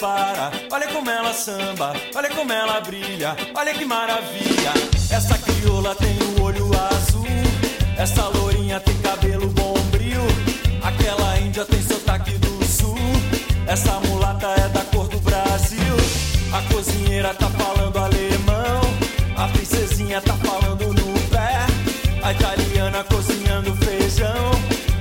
para. Olha como ela samba, olha como ela brilha, olha que maravilha. Essa crioula tem o olho azul, essa lourinha tem cabelo bombril, aquela índia tem sotaque do sul, essa mulata é da cor do Brasil. A cozinheira tá falando alemão, a princesinha tá falando no pé, a italiana cozinhando feijão,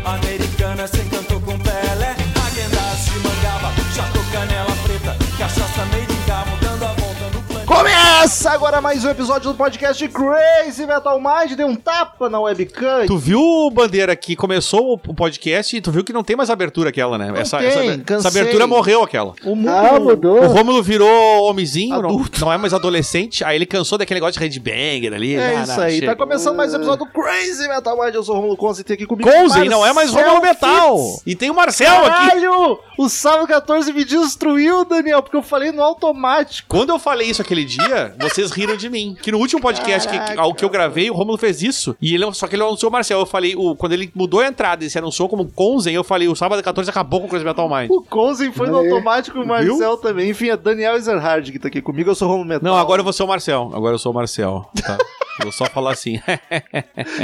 a americana se encantou com Pelé. Agendas de mangaba, chato canela preta, cachaça meiringa, mudando a volta no planeta. Começa agora mais um episódio do podcast Crazy Metal Mind. Deu um tapa na webcam. Tu viu, Bandeira, que começou o podcast e tu viu que não tem mais abertura aquela, né? essa, tem, essa- essa, cansei. abertura morreu aquela. O mundo Ah, mudou. O Rômulo virou homenzinho, não, Adulto. não é mais adolescente, aí ele cansou daquele negócio de headbanger ali. É né? isso Não, aí. chega. Tá começando mais um episódio do Crazy Metal Mind. Eu sou o Romulo Conze e tem aqui comigo. Conze, não é mais Marcel Rômulo Metal. Fitz. E tem o Marcel aqui. Caralho! O Salve 14 me destruiu, Daniel, porque eu falei no automático. Quando eu falei isso aquele dia, vocês riram de mim. Que no último podcast que, que, Caraca. ao que eu gravei, o Romulo fez isso. E ele, só que ele anunciou o Marcel. Eu falei, o- quando ele mudou a entrada e se anunciou como Conzen, eu falei, o sábado 14 acabou com o Crazy Metal Mind. O Conze foi no Aê. automático e o Viu? Marcel também. Enfim, é Daniel Ezerhard que tá aqui comigo. Eu sou o Romulo Metal. Não, agora eu vou ser o Marcel. Agora eu sou o Marcel. Tá? Vou só falar assim. é.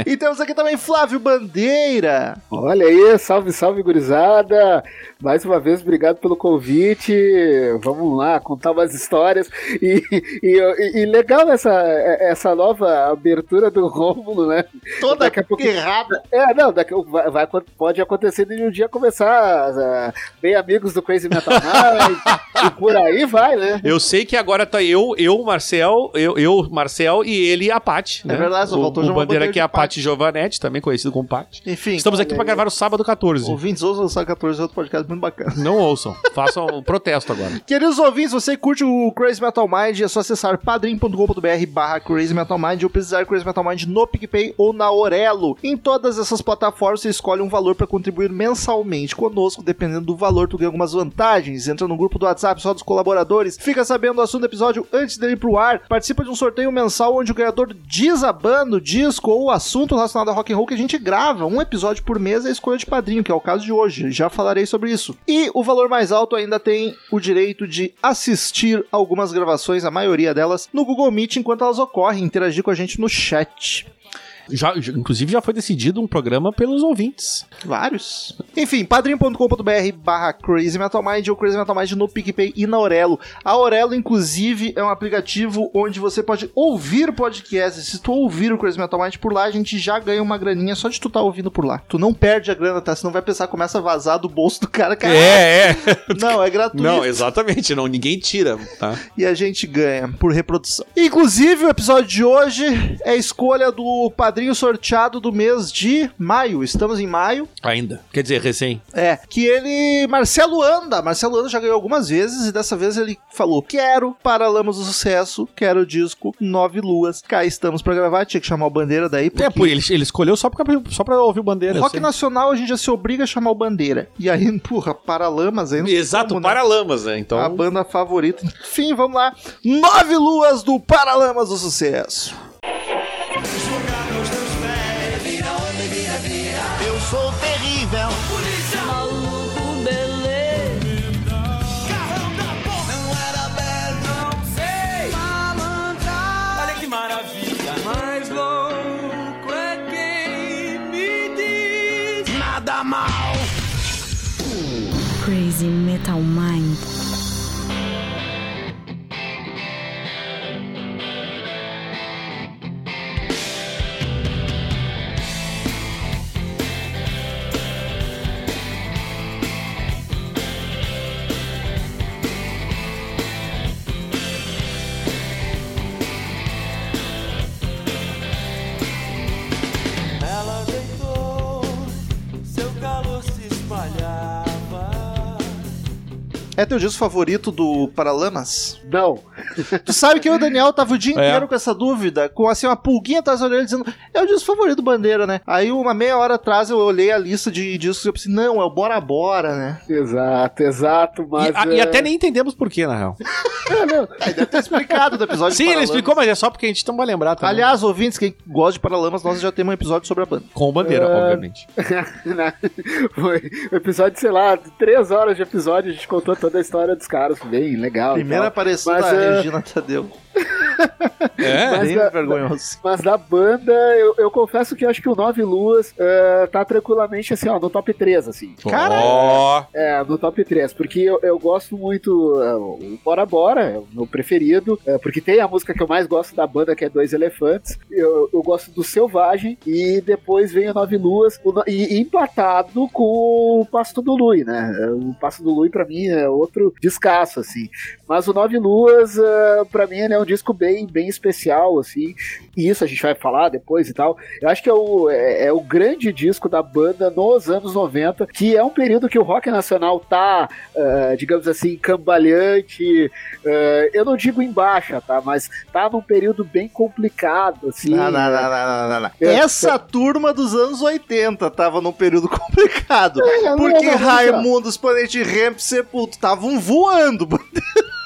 E temos aqui também Flávio Bandeira. Olha aí, salve, salve, gurizada! Mais uma vez, obrigado pelo convite. Vamos lá, contar umas histórias. E, e- e- e legal essa, essa nova abertura do Rômulo, né? Toda Daqui a pouco- errada. É, não, daqui, vai, vai- pode acontecer de um dia começar ah, bem amigos do Crazy Metal Mind, e por aí vai, né? Eu sei que agora tá eu, eu, Marcel, eu, eu Marcel e ele e a Paty. É né? verdade, só o, faltou o chamar o bandeira Bandeira aqui é de a Paty Giovanetti, também conhecido como Paty. Enfim, Estamos aqui pra gravar o sábado 14. ouvintes, ouçam o Salve 14, outro podcast muito bacana. Não ouçam, façam um protesto agora. Queridos ouvintes, você curte o Crazy Metal Mind, é só acessar padrim.com.br barra Crazy Metal Mind ou precisar Crazy Metal Mind no PicPay ou na Orelo. Em todas essas plataformas, você escolhe um valor para contribuir mensalmente conosco, dependendo do valor, tu ganha algumas vantagens. Entra no grupo do WhatsApp só dos colaboradores, fica sabendo o assunto do episódio antes dele ir pro ar, participa de um sorteio mensal onde o ganhador diz a banda, o disco ou o assunto relacionado a rock and roll que a gente grava. Um episódio por mês é a escolha de padrinho, que é o caso de hoje. Já falarei sobre isso. E o valor mais alto ainda tem o direito de assistir algumas gravações, a maioria delas, no Google Meet enquanto elas ocorrem, interagir com a gente no chat. Já, já- inclusive já foi decidido um programa pelos ouvintes. Vários. Enfim, padrim.com.br barra Crazy Metal Mind ou Crazy Metal Mind no PicPay e na Aurelo. A Aurelo, inclusive, é um aplicativo onde você pode ouvir podcasts. Se tu ouvir o Crazy Metal Mind por lá, a gente já ganha uma graninha só de tu tá ouvindo por lá. Tu não perde a grana, tá? Senão vai pensar, começa a vazar do bolso do cara. Cara, É, é. Não, é gratuito. Não, exatamente, não, ninguém tira, tá? E a gente ganha por reprodução. Inclusive, o episódio de hoje é a escolha do padrinho sorteado do mês de maio. Estamos em maio. Ainda. Quer dizer, recém. É, que ele. Marcelo anda. Marcelo anda já ganhou algumas vezes e dessa vez ele falou: Quero Paralamas do Sucesso, quero o disco Nove Luas. Cá estamos pra gravar. Tinha que chamar o Bandeira daí. Porque é É, pô, ele, ele escolheu só pra, só pra ouvir o bandeira. eu Rock sei. Nacional a gente já se obriga a chamar o Bandeira. E aí, porra, Paralamas aí. não tem Exato, como, né? Paralamas, né? Então. A banda favorita. Enfim, vamos lá. Nove Luas do Paralamas do Sucesso. Não era belo, não sei. Malandrar. Olha que maravilha. Mas louco é quem me diz. Nada mal. Crazy Metal Mind. Ela deitou, seu calor se espalhava. É teu disco favorito do Paralamas? Não. Tu sabe que eu e o Daniel tava o dia É. inteiro com essa dúvida, com assim uma pulguinha atrás da orelha dizendo, é o disco favorito do Bandeira, né? Aí uma meia hora atrás eu olhei a lista de discos e eu pensei, não, é o Bora Bora, né? Exato, exato, mas. E, a- e é, até nem entendemos por quê, na real. Aí deve ter É explicado do episódio de Sim, ele Paralamas. explicou, mas é só porque a gente não vai lembrar também. Aliás, ouvintes, quem gosta de Paralamas, nós já temos um episódio sobre a banda. Com bandeira, é. obviamente. né? Foi um episódio, sei lá, três horas de episódio, a gente contou toda a história dos caras, bem legal. e Primeira tal. aparição Então, Mas, da é, Regina Tadeu. É. Mas Bem da- vergonhoso. Mas da banda, eu, eu confesso que eu acho que o Nove Luas eh, tá tranquilamente assim, ó, no top 3, assim. Cara- Ó, tá, É, no top 3, porque eu, eu gosto muito. é, o Bora Bora, é o meu preferido, é, porque tem a música que eu mais gosto da banda, que é Dois Elefantes. Eu, eu gosto do Selvagem, e depois vem o Nove Luas, o no- e, e empatado com o Passo do Lui, né? É, O Passo do Lui, pra mim, é outro descasso, assim. Mas o Nove Luas, é, pra mim, ele é um disco bem, bem especial, assim. E isso a gente vai falar depois e tal. Eu acho que é o, é, é o grande disco da banda nos anos 90, que é um período que o rock nacional tá, ah, digamos assim, cambalhante. ah, eu não digo em baixa, tá? Mas tá num período bem complicado, assim. Não, não, Ah, não, não, não, não, não. Eu- Essa turma dos anos 80 tava num período complicado. não, Porque não, não, Raimundos, Planet Ramp, Sepulto estavam voando.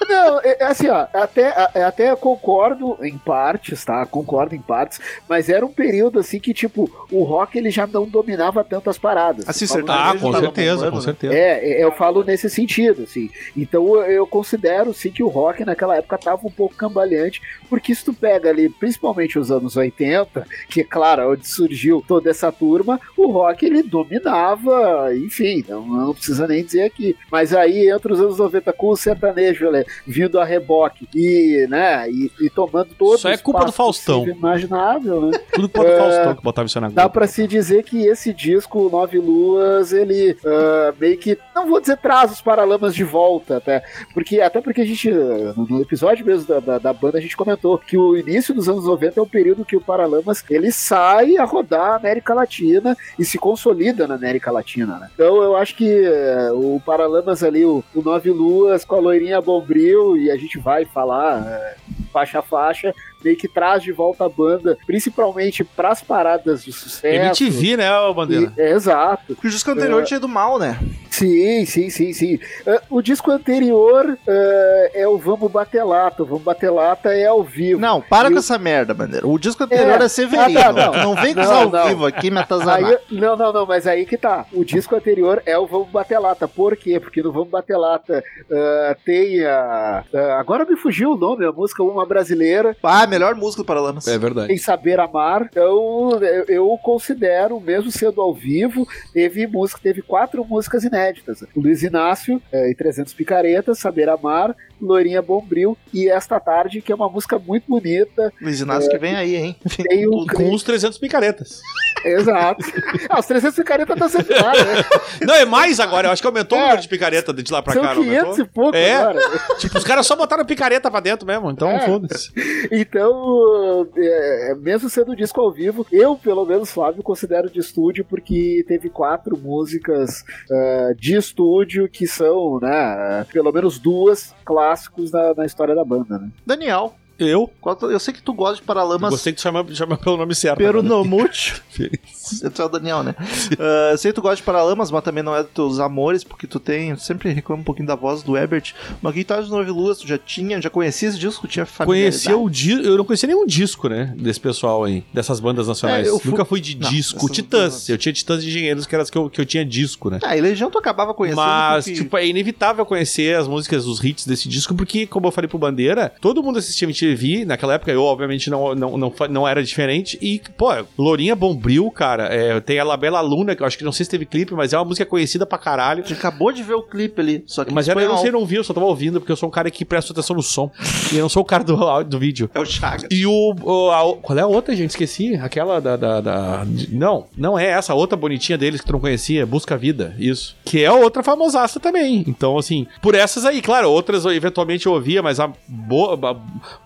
Não, é- é assim, ó, até, a- até concordo em partes, tá? Concordo em partes, mas era um período assim que, tipo, o rock ele já não dominava tantas paradas. Assim, Falando Ah, sertanejo com tava certeza, bombando, com né? certeza. É, é, eu falo nesse sentido, assim. Então eu- eu considero, sim, que o rock naquela época tava um pouco cambaleante, porque se tu pega ali, principalmente os anos 80, que, claro, é onde surgiu toda essa turma, o rock, ele dominava, enfim, não, não precisa nem dizer aqui. Mas aí, entre os anos 90, com o sertanejo né, vindo a reboque e, né, e, e tomando todo Isso é culpa do espaço Faustão. possível e imaginável, né? Tudo por causa do Faustão que botava isso na Dá Globo. pra se dizer que esse disco, Nove Luas, ele ah, meio que, não vou dizer traz os paralamas de volta, até, porque, até porque a gente, ah, no episódio mesmo da, da, da banda, a gente comentou que o início dos anos 90 é o período que o Paralamas, ele sai a rodar a América Latina e se consolida na América Latina, né? Então eu acho que ah, o Paralamas ali, o, o Nove Luas com a loirinha Bombril, e a gente vai falar ah, faixa a faixa, meio que traz de volta a banda, principalmente pras paradas de sucesso. MTV, né, ô Bandeira? E- é, exato. Porque o disco É. anterior tinha ido mal, né? Sim, sim, sim, sim. Ah, o disco anterior ah, é o Vamos Batelata. O Vamos Batelata é ao vivo. Não, para E com o- essa merda, bandeira. O disco anterior é, É. Severino. Ah, tá, não. não. vem com os Não, ao não. vivo aqui me atazanar. Aí, não, não, não, mas aí que tá. O disco anterior é o Vamos Bater Lata. Por quê? Porque no Vamos Bater Lata ah, tem a. ah, agora me fugiu o nome, a música Uma Brasileira, Ah, melhor música do Paralamas. verdade. Em Saber Amar. Então eu, eu considero, mesmo sendo ao vivo, teve música, teve quatro músicas inéditas: Luiz Inácio eh, e 300 Picaretas, Saber Amar, Loirinha Bombril e Esta Tarde, que é uma música muito bonita. Luiz Inácio que vem aí, hein? Tem o. Com os 300 picaretas. Exato. Ah, os 300 Picaretas tá sempre lá, né? Não, é mais agora. Eu acho que aumentou o É. número de picareta de lá pra São cá. não 500 aumentou? e pouco É. agora. né? Tipo, os caras só botaram picareta pra dentro mesmo. Então, É. foda-se. Então, é, mesmo sendo um disco ao vivo, eu, pelo menos, Flávio, considero de estúdio porque teve quatro músicas ah, de estúdio que são, né, pelo menos duas clássicos na, na história da banda, né? Daniel, Eu? qual tu- eu sei que tu gosta de Mas... Paralamas Gostei que tu chama, chama pelo nome certo. pelo né? não mútil. Tu é o Daniel, né? Ah, sei que tu gosta de Paralamas, mas também não é dos teus amores, porque tu tem. Sempre reclama um pouquinho da voz do Ebert. Mas que tal de Nove Luas? Tu já tinha, já conhecia esse disco? Tinha Conhecia familiaridade? o disco. Eu não conhecia nenhum disco, né? Desse pessoal aí. Dessas bandas nacionais. É, eu fui- Nunca fui de Não, disco. essas- Titãs. Eu tinha Titãs de Engenheiros, que era as que eu, que eu tinha disco, né? Ah, e Legião tu acabava conhecendo. Mas, porque- tipo, é inevitável conhecer as músicas, os hits desse disco, porque, como eu falei pro Bandeira, todo mundo assistia MTV. Naquela época, eu, obviamente, não, não, não, fa- não era diferente. E, pô, Lourinha Bombril, cara, é, tem a Labela Luna, que eu acho que não sei se teve clipe, mas é uma música conhecida pra caralho. A gente acabou de ver o clipe ali, só que. um Mas em era, um eu não sei, espanhol. não vi, eu só tava ouvindo, porque eu sou um cara que presta atenção no som. e eu não sou o cara do, áudio- do vídeo. É o Chagas. E o. o- a o- qual é a outra, gente? Esqueci. Aquela da, da, da- de- Não, não é essa. a outra bonitinha deles que tu não conhecia. Busca a Vida. Isso. Que é outra famosaça também. Então, assim, por essas aí, claro, outras eu, eventualmente eu ouvia, mas a boa, a boa,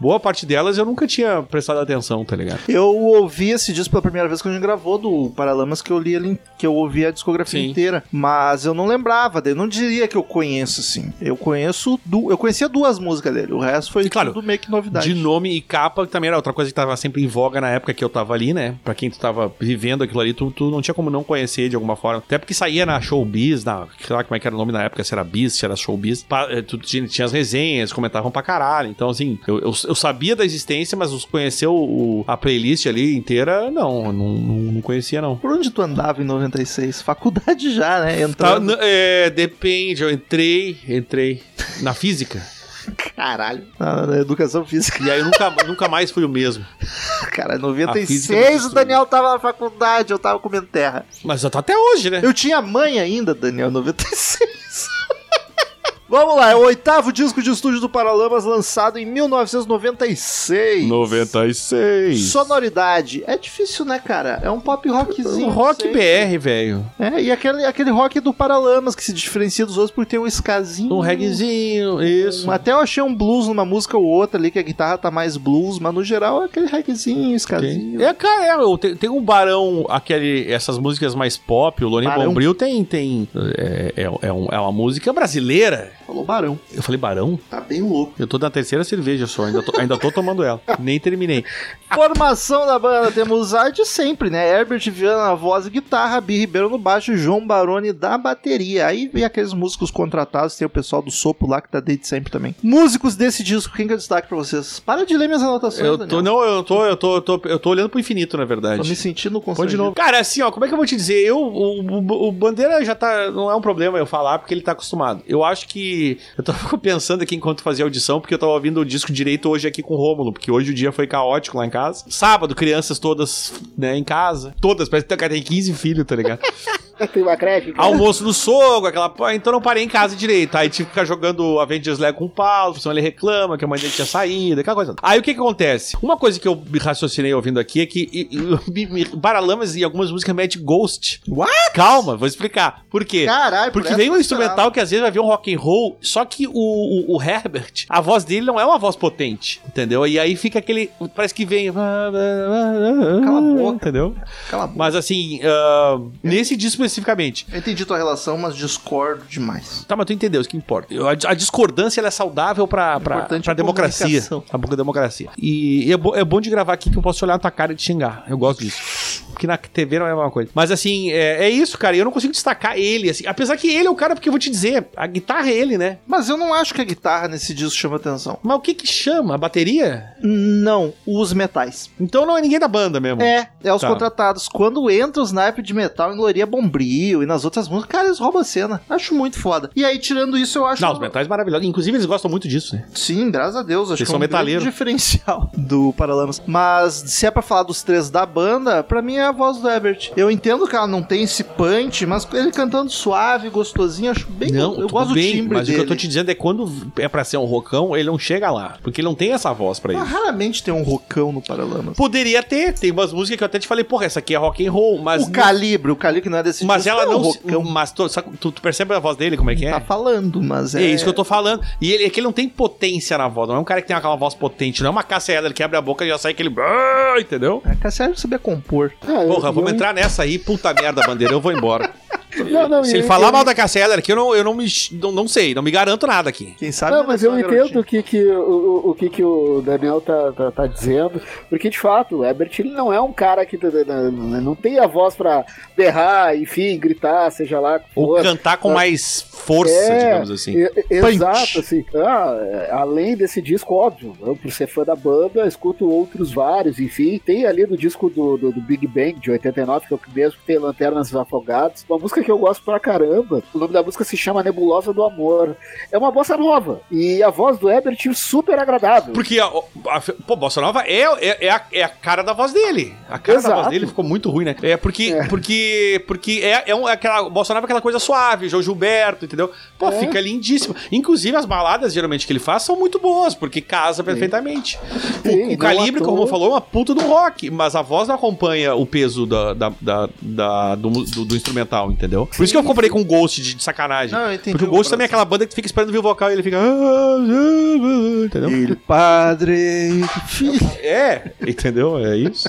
boa parte delas eu nunca tinha prestado atenção, tá ligado? Eu ouvi esse disco pela primeira vez quando a gente gravou do Paralamas, que eu li ele, que eu ouvi a discografia Sim. inteira. Mas eu não lembrava dele, não diria que eu conheço, assim. Eu conheço, du eu conhecia duas músicas dele, o resto foi E, claro, tudo meio que novidade. De nome e capa, que também era outra coisa que tava sempre em voga na época que eu tava ali, né? Pra quem tu tava vivendo aquilo ali, tu, tu não tinha como não conhecer de alguma forma. Até porque saía na Showbiz, na, sei lá como é que era o nome na época, se era Biz, se era Showbiz. Pa- eh, tu tinha, tinha as resenhas, comentavam pra caralho. Então, assim, eu, eu, eu sabia da existência, mas os conhecer o, o- a playlist ali inteira, não, eu não, não, não conhecia, não. Por onde tu andava em 96? Faculdade já, né? Tá, Entrando. n- é, depende, eu entrei, entrei na física. né? Caralho. Na, na educação física. E aí eu nunca, nunca mais fui o mesmo. Cara, em física é um me 96 o destruiu. Daniel tava na faculdade, eu tava comendo terra. Mas eu tô até hoje, né? Eu tinha mãe ainda, Daniel, 96. Vamos lá, é o oitavo disco de estúdio do Paralamas, lançado em 1996. 96. Sonoridade. É difícil, né, cara? É um pop rockzinho. Um rock sei. BR, velho. É, e aquele, aquele rock do Paralamas que se diferencia dos outros porque tem um escazinho. Um reggaezinho, isso. Até eu achei um blues numa música ou outra ali, que a guitarra tá mais blues, mas no geral é aquele reggaezinho, escasinho. É, cara, é, eu te- tem um Barão, aquele, essas músicas mais pop, o Lorinha Barão. Bombril tem, tem, é, é, é um- é uma música brasileira. Falou Barão, Eu falei Barão? tá bem louco. Eu tô na terceira cerveja só, ainda tô, ainda tô tomando ela, nem terminei. Formação da banda, temos a de sempre, né? Herbert Viana na voz e guitarra, Bi Ribeiro no baixo e João Baroni da bateria. Aí vem aqueles músicos contratados, tem o pessoal do Sopro lá que tá desde sempre também. Músicos desse disco, quem que eu destaque pra vocês? Para de ler minhas anotações, Eu Daniel. tô, não, eu tô, eu tô, eu tô, eu tô olhando pro infinito, na Tô me verdade. sentindo Põe de constrangido. novo. Cara, assim, ó, como é que eu vou te dizer? Eu, o, o- o Bandeira já tá. Não é um problema eu falar, porque ele tá acostumado. Eu acho que. Eu tava pensando aqui enquanto fazia audição, porque eu tava ouvindo o disco direito hoje aqui com o Rômulo, porque hoje o dia foi caótico lá em casa. Sábado, crianças todas, né, em casa. Todas, parece que tem 15 filhos, tá ligado? É Tem uma creche. cara. Almoço no sogro, aquela. pô, Então não parei em casa direito. Aí tive que ficar jogando Avengers Lego com o Paulo, senão ele reclama que a mãe dele tinha saído, aquela coisa. Aí o que que acontece? Uma coisa que eu me raciocinei ouvindo aqui é que e, e, me- me- Paralamas e algumas músicas mete Ghost. What? Calma, vou explicar. Por quê? Caralho, por Porque essa vem um eu instrumental que às vezes vai vir um rock and roll, só que o, o- o Herbert, a voz dele não é uma voz potente, entendeu? E aí fica aquele. Parece que vem. Cala a boca. entendeu? esperava. Cala a boca. Mas assim, ah, nesse disco especificamente, Eu entendi tua relação, mas discordo demais. Tá, mas tu entendeu o que importa. Eu- A, a discordância ela é saudável pra, pra, Importante é pra a democracia. comunicação. A boca da democracia. E, e é, bo- é bom de gravar aqui que eu posso olhar na tua cara e te xingar. Eu gosto disso. Porque na TV não é a mesma coisa. Mas assim, é, é isso, cara. E Eu não consigo destacar ele, assim. Apesar que ele é o cara, porque eu vou te dizer, a guitarra é ele, né? Mas eu não acho que a guitarra nesse disco chama atenção. Mas o que que chama? A bateria? Não, os metais. Então não é ninguém da banda mesmo. É, é os Tá. contratados. Quando entra os naipes de metal em Loria Bombril e nas outras músicas, cara, eles roubam a cena. Acho muito foda. E aí, tirando isso, eu acho. Não, os metais maravilhosos. Inclusive, eles gostam muito disso, né? Sim, graças a Deus. Acho Eles que é são um grande metaleiros. diferencial do Paralamas. Mas se é pra falar dos três da banda, pra mim é a voz do Herbert. Eu entendo que ela não tem esse punch, mas ele cantando suave, gostosinho, acho bem. eu tudo gosto bem, do timbre Mas dele. o que eu tô te dizendo é quando é pra ser um rocão, ele não chega lá. Porque ele não tem essa voz pra ele. Mas raramente tem um rocão no Paralamas. Poderia ter, tem umas músicas que eu até te falei, porra, essa aqui é rock and roll, mas o calibre, o calibre que não é desse mas disco, ela é um não, se- rocão. mas tu, sabe- tu- tu percebe a voz dele como é que é? Tá falando, mas é é. isso que eu tô falando. E ele é que ele não tem potência na voz, não é um cara que tem aquela voz potente, não é uma caceada, ele que abre a boca e já sai aquele, "Ah", entendeu? É que a Sérgio sabia compor. Ah, eu- Porra, vamos eu- entrar nessa aí, puta merda, bandeira, eu vou embora. Não, não, Se eu ele falar entendo. mal da Cassia aqui, eu não, eu não me não, não sei, não me garanto nada aqui. Quem sabe. Não, ela mas né, é eu uma entendo garotinha. o que, que, o, o- o que, que o Daniel tá, tá, tá dizendo, porque de fato o Herbert ele não é um cara que tá- tá- tá- não tem a voz pra berrar, enfim, gritar, seja lá o que Ou for. né? cantar com mais força, É, digamos assim. E- e- Punch. Exato, assim. Ah, é, além desse disco, óbvio, eu, por ser fã da banda, escuto outros vários, enfim. Tem ali do disco do, do, do Big Bang, de 89, que é o mesmo que tem Lanternas Afogadas, uma música que eu gosto pra caramba. O nome da música se chama Nebulosa do Amor. É uma bossa nova. E a voz do Herbert super agradável. Porque a, a- pô, Bossa Nova é, é, é a, é a cara da voz dele. A cara da Exato. voz dele ficou muito ruim, né? É porque. Porque. Porque é, é, um, é aquela. Bossa Nova é aquela coisa suave, João Gilberto, entendeu? Pô, É. fica lindíssimo. Inclusive, as baladas geralmente que ele faz são muito boas, porque casa perfeitamente. O- Sim, o, não à calibre, como toa. eu falou, é uma puta do rock, mas a voz não acompanha o peso da, da- da- da- do, mu- do- do instrumental, entendeu? Por isso que eu comparei com o Ghost de, de sacanagem. Não, eu entendi Porque o o Ghost também é processo. aquela banda que tu fica esperando vir o vocal e ele fica. Entendeu? Ele padre. É, entendeu? É isso.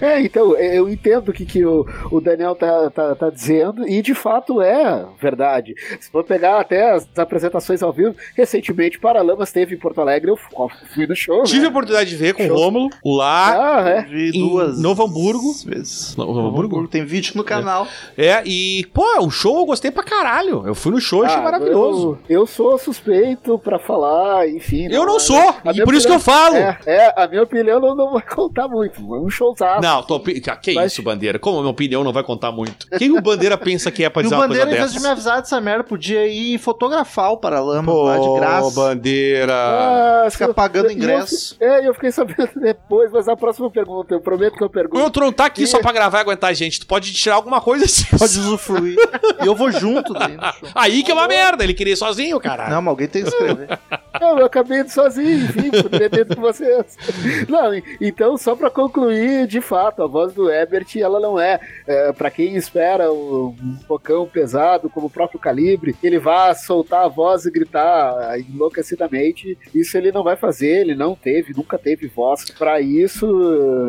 É, então, eu entendo o que, que o, o Daniel tá, tá, tá dizendo, e de fato é verdade. Se for pegar até as apresentações ao vivo, recentemente Paralamas teve em Porto Alegre, eu fu- fui no show. Tive a né? oportunidade de ver com o Show. Rômulo, o Lá. Ah, é. Vi Em duas. Novo Hamburgo. Vezes. Novo Hamburgo? Tem vídeo no canal. É, e, pô, o show eu gostei pra caralho. Eu fui no show e achei Ah, maravilhoso. Eu, eu sou suspeito pra falar, enfim. é. Eu não sou, a e minha por isso que eu opinião- falo. É, é, a minha opinião não, não vai contar muito. É um showzaço. Não, tô, opi- ah, que Mas- isso, Bandeira? Como a minha opinião não vai contar muito? Quem o Bandeira pensa que é pra E o dizer uma coisa Bandeira, em vez de me dessa? avisar dessa merda, podia ir fotografar o Paralama Pô, lá tá de graça. Bandeira. Ah, Fica se eu- pagando e eu- ingresso. é, e eu fiquei sabendo depois, mas a próxima pergunta, eu prometo que eu O Eu pergunto. não tá aqui só pra gravar e aguentar a gente. Tu pode tirar alguma coisa assim. Pode usufruir. e eu vou junto daí no show. Aí que é uma merda. Ele queria ir sozinho, caralho. Não, mas alguém tem que escrever. Não, eu acabei indo sozinho, enfim, poderia ter ido com vocês. é Não, e- então, só pra concluir, de fato, a voz do Ebert, ela não é, é para quem espera um bocão pesado, como o próprio Calibre, ele vá soltar a voz e gritar enlouquecidamente, isso ele não vai fazer, ele não teve, nunca teve voz pra isso,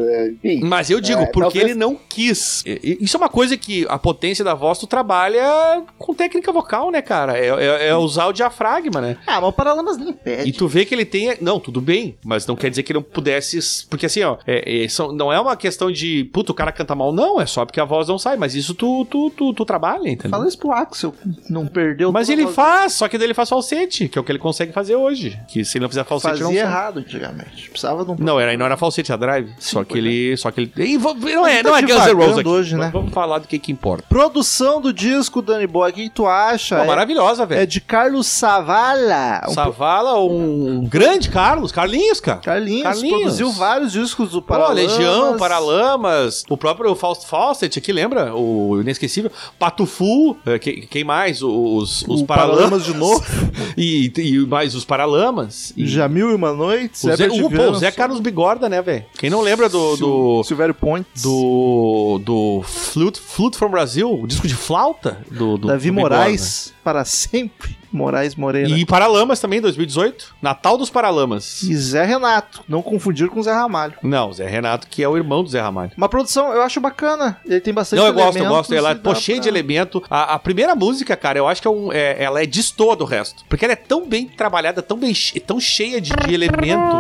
é, enfim. Mas eu digo, É, porque talvez- ele não quis. E- e- Isso é uma coisa que a potência da voz tu trabalha com técnica vocal, né, cara? É, é- é usar o diafragma, né? ah, mas o Paralamas nem E tipo, pede. tu vê que ele tem. Não, tudo bem, mas não quer dizer que ele não pudesse. Porque assim, ó, é- é- são- não é uma questão de. Puta, o cara canta mal, não, é só porque a voz não sai. Mas isso tu, tu, tu, tu trabalha, entendeu? Fala isso pro Axel. Não perdeu mas toda ele a- faz, só que daí ele faz falsete, que é o que ele consegue fazer hoje. Que se ele não fizer falsete, Fazia não sai. errado antigamente. Precisava de um. Não, era, não era falsete, a drive. Só que ele. Só que ele. Ih, vo- Não é, é. Ele tá não é Guns N' divagando Roses aqui. hoje, Mas né? Vamos falar do que que importa. Produção do disco, Danny Boy, o que que tu acha? Pô, É- maravilhosa, é, velho. de Carlos Savala. Um Savala, um grande Carlos, Carlinhos, cara. Carlinhos, Carlinhos. produziu vários discos do Pô, Paralamas. Legião, Paralamas, o próprio Faust Fawcett aqui, lembra? O Inesquecível. Patufu, é, que- quem mais? Os, os O Paralamas de novo. e, e mais os Paralamas. E Jamil e uma noite. o Zé, Herbert o, pô, Viana, o Zé Carlos Bigorda, né, velho? Quem não lembra do... do... Silvério Pontes. Do. Do. Flute, Flute from Brasil, o disco de flauta do. do Davi do Bigorna. Moraes, para sempre. Moraes Moreira. E Paralamas também, 2018. Natal dos Paralamas. E Zé Renato, não confundir com Zé Ramalho. Não, Zé Renato, que é o irmão do Zé Ramalho. Uma produção, eu acho bacana. Ele tem bastante Não, eu gosto, eu elementos gosto. Ela é e dá pô, cheia pra- de elemento. A, a primeira música, cara, eu acho que é um, é- ela é destoa do resto. Porque ela é tão bem trabalhada, tão, bem, che- tão cheia de, de elemento.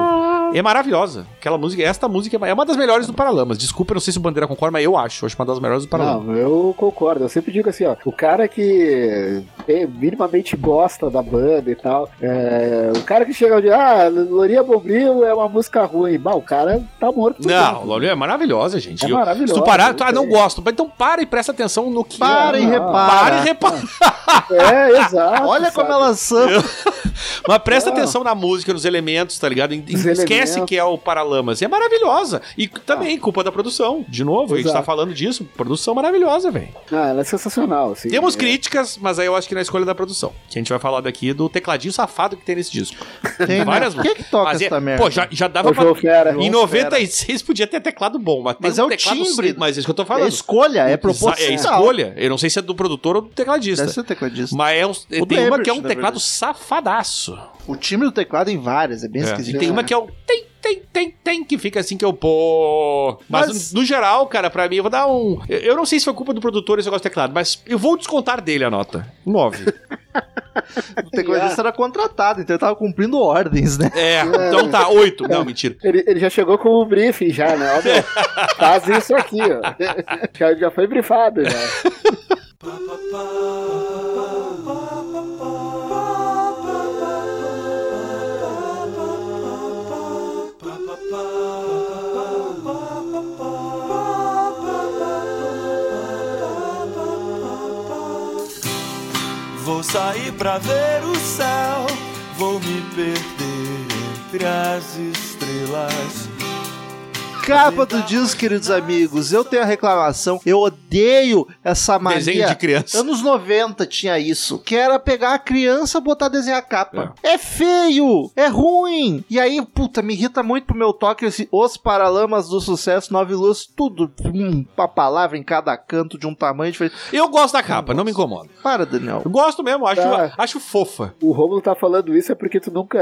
É maravilhosa. Aquela música, esta música é uma das melhores do Paralamas. Desculpa, eu não sei se o Bandeira concorda, mas eu acho. Eu acho uma das melhores do Paralamas. Não, eu concordo. Eu sempre digo assim, ó, o cara que é, minimamente gosta da banda e tal, é, o cara que chega de ah, Loria Bombril é uma música ruim. Bah, o cara tá morto. Não, Lolly é maravilhosa, gente. É Eu- maravilhosa, Se tu parar, eu tu, ah, não sei. gosto. Mas então para e presta atenção no que. Para e Não, repara. Para e repara. É, exato. Olha como sabe? ela samba. Mas presta Ah. atenção na música, nos elementos, tá ligado? E- e Os Esquece elementos. que é o Paralamas. E é maravilhosa. E também, Ah. culpa da produção. De novo, a gente Exato. tá falando disso. Produção maravilhosa, velho. Ah, ela é sensacional. Assim, Temos É. críticas, mas aí eu acho que na escolha da produção. Que a gente vai falar daqui do tecladinho safado que tem nesse disco. Tem, né? Várias Quem é que toca Mas é- essa merda? Pô, já, já dava O pra. João Fera. Em João 96 podia ter teclado bom, mas, tem Mas é um o teclado timbre. sem- Mas é isso que eu tô é falando. escolha, é proposital. É escolha. Eu não sei se é do produtor ou do tecladista. Deve ser tecladista. Mas é um- tem do uma que Ebert, é um na teclado verdade. safadaço. O time do teclado em várias, é bem É, esquisito. E tem uma que é o tem, tem, tem, tem, que fica assim que eu pô. Mas, Mas- no geral, cara, pra mim, eu vou dar um. Eu- Eu não sei se foi culpa do produtor esse negócio de teclado, mas eu vou descontar dele a nota. 9. O tecladista era contratado, então ele tava cumprindo ordens, né? é, então tá, 8. Não, mentira. Ele, ele já chegou com o briefing, já, né? Ó, meu, faz isso aqui, ó. Já, já foi briefado, já. Vou sair pra ver o céu, vou me perder entre as estrelas. capa do disco, queridos amigos. Eu tenho a reclamação. Eu odeio essa mania. Desenho de criança. Anos 90 tinha isso. Que era pegar a criança botar desenhar a capa. É. feio! É ruim! E aí, puta, me irrita muito pro meu toque esse Os Paralamas do Sucesso, Nove Luz, tudo. Hum, uma palavra em cada canto de um tamanho diferente. Eu gosto da capa, não me incomoda. Para, Daniel. Eu gosto mesmo, acho, É. Tá. acho fofa. O Romulo tá falando isso é porque tu nunca.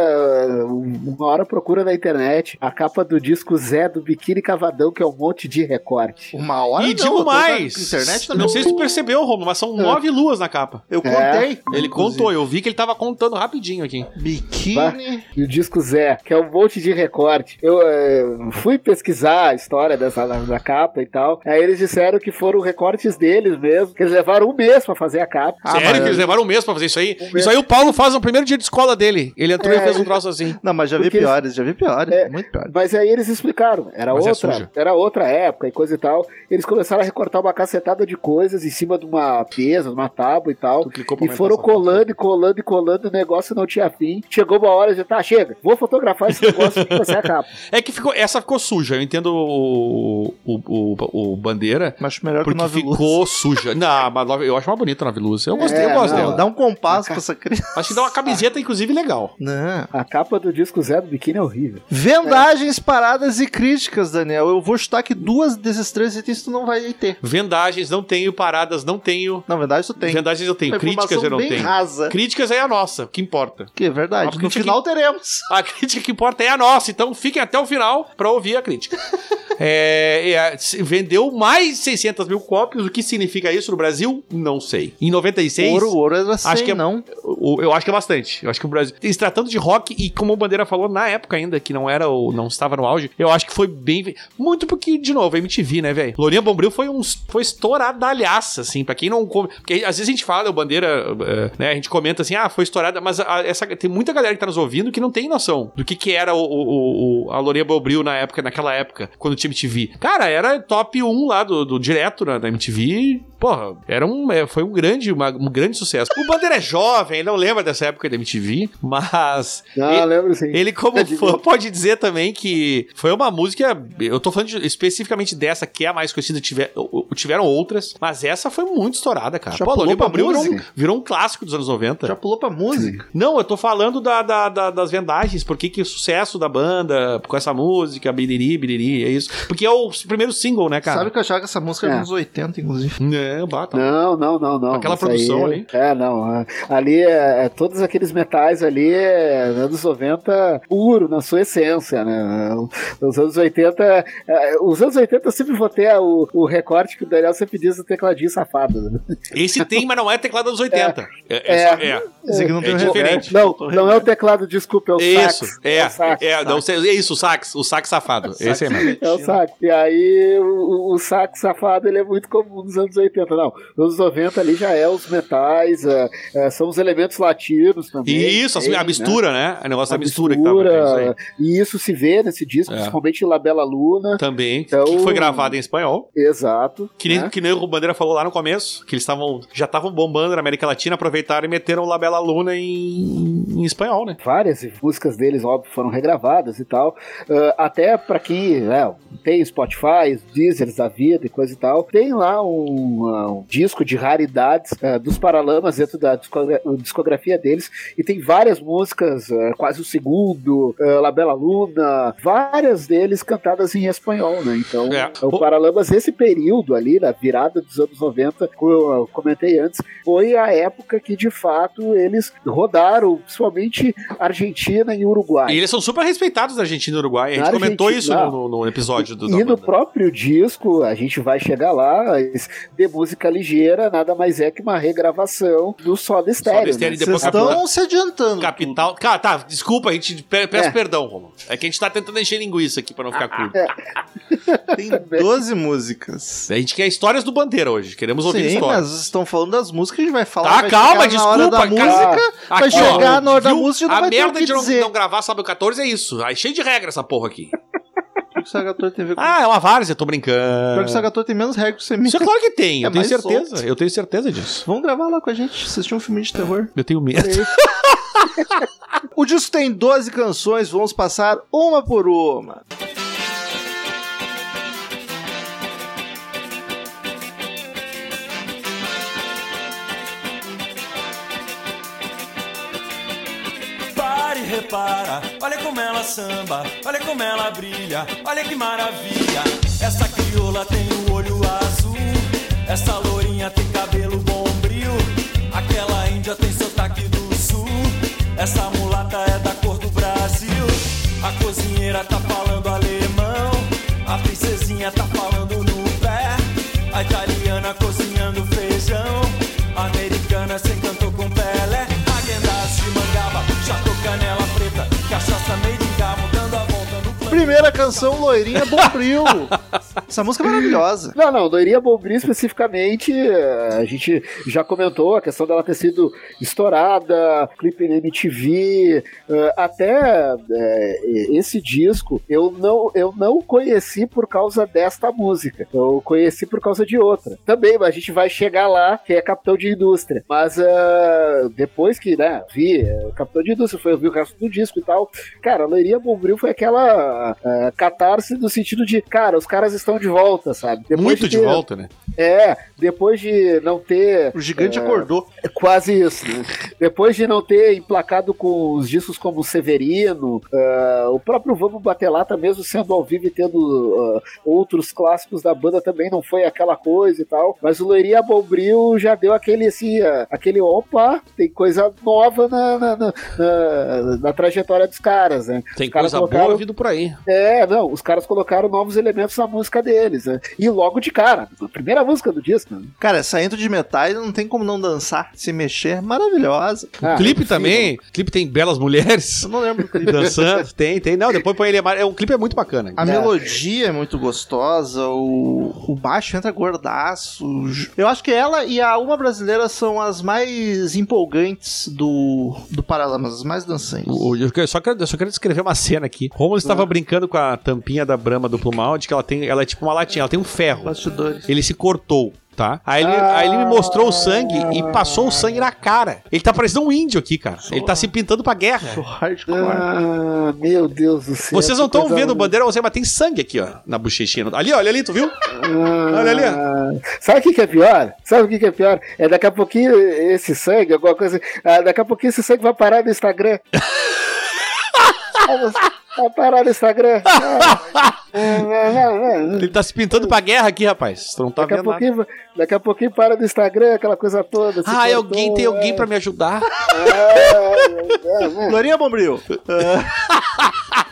Uma hora procura na internet a capa do disco Zé do Biquíni Cavadão, que é um monte de recorte. Uma hora e não, eu digo tô mais. na Internet também. É. não sei se tu percebeu, Romulo, mas são nove luas na capa. Eu É. contei. Ele contou, eu vi que ele tava contando rapidinho aqui. Biquíni. E o disco Zé, que é um monte de recorte. Eu eh, fui pesquisar a história dessa da, da capa e tal. Aí eles disseram que foram recortes deles mesmo, que eles levaram um mês pra fazer a capa. Ah, Sério mas- que eles levaram um mês pra fazer isso aí? mês. Isso aí o Paulo faz no primeiro dia de escola dele. Ele entrou e É. fez um troço assim. Não, mas já vi Porque- piores, já vi piores. É. Muito piores. Mas aí eles explicaram, era Mas é outra, suja. era outra época e coisa e tal. Eles começaram a recortar uma cacetada de coisas em cima de uma mesa, de uma tábua e tal. Tu clicou pra E aumentar foram essa colando e colando e colando, o negócio não tinha fim. Chegou uma hora e já tá, chega, vou fotografar esse negócio e você acaba. É que ficou, essa ficou suja, eu entendo o, o, o, o Bandeira, Mas melhor que o porque Nove Luz. ficou suja. Não, mas Nove- eu acho mais bonita a Nove Luz. Eu gostei, É, eu gosto não. dela. Dá um compasso pra essa criança. Acho que dá uma camiseta, inclusive, legal. Não. A capa do disco Zé do Biquíni é horrível. Vendagens, paradas e críticas, Daniel. Eu vou chutar que duas desses três itens tu não vai ter. Vendagens não tenho, paradas não tenho. Na verdade, tu tem. Vendagens eu tenho, Uma informação críticas eu não bem tenho. rasa. Críticas é a nossa, que importa. Que é verdade. Uma no crítica final teremos. A crítica que importa é a nossa, então fiquem até o final pra ouvir a crítica. É, é, se- vendeu mais de 600 mil cópias, o que significa isso no Brasil? Não sei. Em 96, Ouro, ouro era 100, Acho que é- não. o- eu acho que é bastante. Eu acho que o Brasil. E se tratando de rock, e como o Bandeira falou na época ainda, que não era o, não estava no auge, eu acho que foi bem. Muito porque, de novo, MTV, né, velho? Lourinha Bombril foi um. Foi estouradalhaça, assim, pra quem não. come- Porque às vezes a gente fala, o Bandeira, eh, né, a gente comenta assim, ah, foi estourada, mas a- essa, tem muita galera que tá nos ouvindo que não tem noção do que que era o, o- o- a Lourinha Bombril na época, naquela época, quando tinha MTV. Cara, era top 1 lá do, do direto na, da MTV. Porra, era um, eh, foi um grande, uma- um grande sucesso. O Bandeira é jovem, ele não lembra dessa época da MTV, mas Não, E- lembro sim. ele, como Tadinho. fã, pode dizer também que foi uma música. Eu tô falando de- especificamente dessa, que é a mais conhecida. tiver- o- o- tiveram outras, mas essa foi muito estourada, cara. Já Pô, a pulou Lourinha pra Bombril virou um, música? virou um clássico dos anos 90. Já pulou pra música. Não, eu tô falando da- da- da- das vendagens, porque que o sucesso da banda com essa música, biriri, biriri, é isso. Porque é o primeiro single, né, cara? Sabe que eu achava que essa música É. era dos 80, inclusive. Não, bata. Não, não, não, não. Aquela Isso produção aí- É, não. é, Ali, é, é, todos aqueles metais ali, é, anos 90, puro na sua essência, né? Os anos 80, é, os anos 80 eu sempre vou ter a- o, o recorte que o Daniel sempre diz do tecladinho safado. né? Esse tem, mas não é teclado dos 80. É, é, É. só- é. Esse aqui não É tem um diferente. remédio. Não, não é o teclado, desculpa, é o Isso, sax. é, o sax, é, sax. não sei, é isso, o sax, o sax safado. Esse é mesmo. É o sax. E aí, o, o sax safado ele é muito comum nos anos 80. Não, nos anos 90 ali já é os metais, é, é, são os elementos latinos também. Isso, assim, tem, a né? mistura, né? O negócio A da mistura, que mistura, tava. é Isso aí. E isso se vê nesse disco, É. principalmente em La Bela Luna. Também, Então- que foi gravado em espanhol. Exato. Que nem, né? que nem o Bandeira falou lá no começo, que eles estavam já estavam bombando na América Latina, aproveitaram e meteram o Labela Luna em, em espanhol, né? Várias músicas deles, óbvio, foram regravadas e tal. Ah, até pra quem né, tem Spotify, Deezers da vida e coisa e tal, tem lá um, ah, um disco de raridades ah, dos Paralamas dentro da discogra- discografia deles. E tem várias músicas, ah, quase o segundo, ah, La Bela Luna, várias deles cantadas em espanhol, né? Então, É. o O- Paralamas, esse período ali, na virada dos anos 90, como eu comentei antes, foi a época que de fato eles rodaram, principalmente Argentina e Uruguai. E eles são super respeitados da Argentina e do Uruguai. A gente Na comentou Argentina. isso no, no- no episódio do da E no banda. próprio disco, a gente vai chegar lá, mas de música ligeira, nada mais é que uma regravação do Soda Stereo. Stereo né? e depois Vocês estão se adiantando. Capital. Cara, tá, desculpa, a gente pe- peço É. perdão, Romulo. É Ah, que a gente tá tentando encher linguiça aqui pra não ficar curto. Tem 12 músicas. A gente quer histórias do Bandeira hoje. Queremos ouvir Sim, histórias. mas vocês estão falando das músicas, a gente vai falar. Tá, vai calma, chegar na hora da desculpa, música. cara. vai chegar na hora da viu? música e não A vai ter merda o que de não, dizer. não gravar sábado 14 é isso. Aí cheio de regra essa porra aqui. Pior que o Saga Torre tem a ver com- Ah, é uma várzea, tô Pior que o brincando. Saga Torre tem menos regra que o Semir. Isso é claro que tem, eu É tenho mais certeza. solto. Eu tenho certeza disso. Vamos gravar lá com a gente, assistir um filme de terror. Eu tenho medo. O disco tem 12 canções, vamos passar uma por uma. repara, olha como ela samba, olha como ela brilha, olha que maravilha. Essa crioula tem o olho azul, essa lourinha tem cabelo bombril, aquela índia tem sotaque do sul, essa mulata é da cor do Brasil. A cozinheira tá falando alemão, a princesinha tá falando no pé, a italiana cozinhando feijão, a americana se encantou com Pelé, a guendaz de mangaba, já tô canela preta, cachaça meiringa, mudando a volta no plano. Primeira canção, Loirinha Bombril. Essa música é maravilhosa. Não, não, Doiria Bombril especificamente, eh, a gente já comentou a questão dela ter sido estourada, clipe na MTV, eh, até eh, esse disco eu não, eu não conheci por causa desta música, eu conheci por causa de outra. Também, mas a gente vai chegar lá, que é Capitão de Indústria. Mas ah, depois que, né, vi eh, Capitão de Indústria, foi ouvir o resto do disco e tal, cara, a Loiria Bombril foi aquela ah, catarse no sentido de, cara, os caras estão de volta, sabe? Depois Muito de ter- volta, né? É, depois de não ter O gigante acordou. é quase isso, né? Depois de não ter emplacado com os discos como Severino, ah, o próprio Vamos Bater Lata, mesmo sendo ao vivo e tendo ah, outros clássicos da banda, também não foi aquela coisa e tal. Mas o Loiria Bombril já deu aquele assim, ah, aquele opa, tem coisa nova na, na, na- na- na trajetória dos caras, né? Tem Os caras coisa colocaram- boa vindo por aí. é, não, os caras colocaram novos elementos na música deles, né? E logo de cara, a primeira música do disco, né? Cara, essa intro de metais não tem como não dançar, se mexer. Maravilhosa. Ah, clipe impossível. também. Clipe tem belas mulheres Eu não lembro do clipe. dançando. tem, tem. Não, depois põe ele. É um clipe é muito bacana. A É. melodia é muito gostosa, o, o baixo entra gordaço. o j- Eu acho que ela e a Uma Brasileira são as mais empolgantes do, do Paralamas, as mais dançantes. O- o- Eu que- só quero, eu só quero descrever uma cena aqui. Romulo estava brincando com a tampinha da Brahma do Plumal, de que ela tem. Ela é tipo uma latinha, ela tem um ferro. Bastidores. Ele se cortou. Tá? Aí, ele, aí ele me mostrou o sangue e passou o sangue na cara. Ele tá parecendo um índio aqui, cara. Ele tá se pintando pra guerra. O hardcore. Ah, meu Deus do céu. Vocês não é que estão vendo coisa o horrível. bandeira, você- mas tem sangue aqui, ó, na bochechinha. Ali, olha ali, tu viu? Olha ali, Sabe o que, que é pior? Sabe o que, que é pior? É daqui a pouquinho esse sangue, alguma coisa. ah, daqui a pouquinho esse sangue vai parar no Instagram. vai parar no Instagram. Ah, ah, ah, ah. Ele tá se pintando pra guerra aqui, rapaz. Tu não tá Daqui a, vendo nada. pouquinho, daqui a pouquinho para no Instagram, aquela coisa toda. assim, se Ah, alguém cortou, tem alguém é. pra me ajudar? Glorinha Bombril. Ah.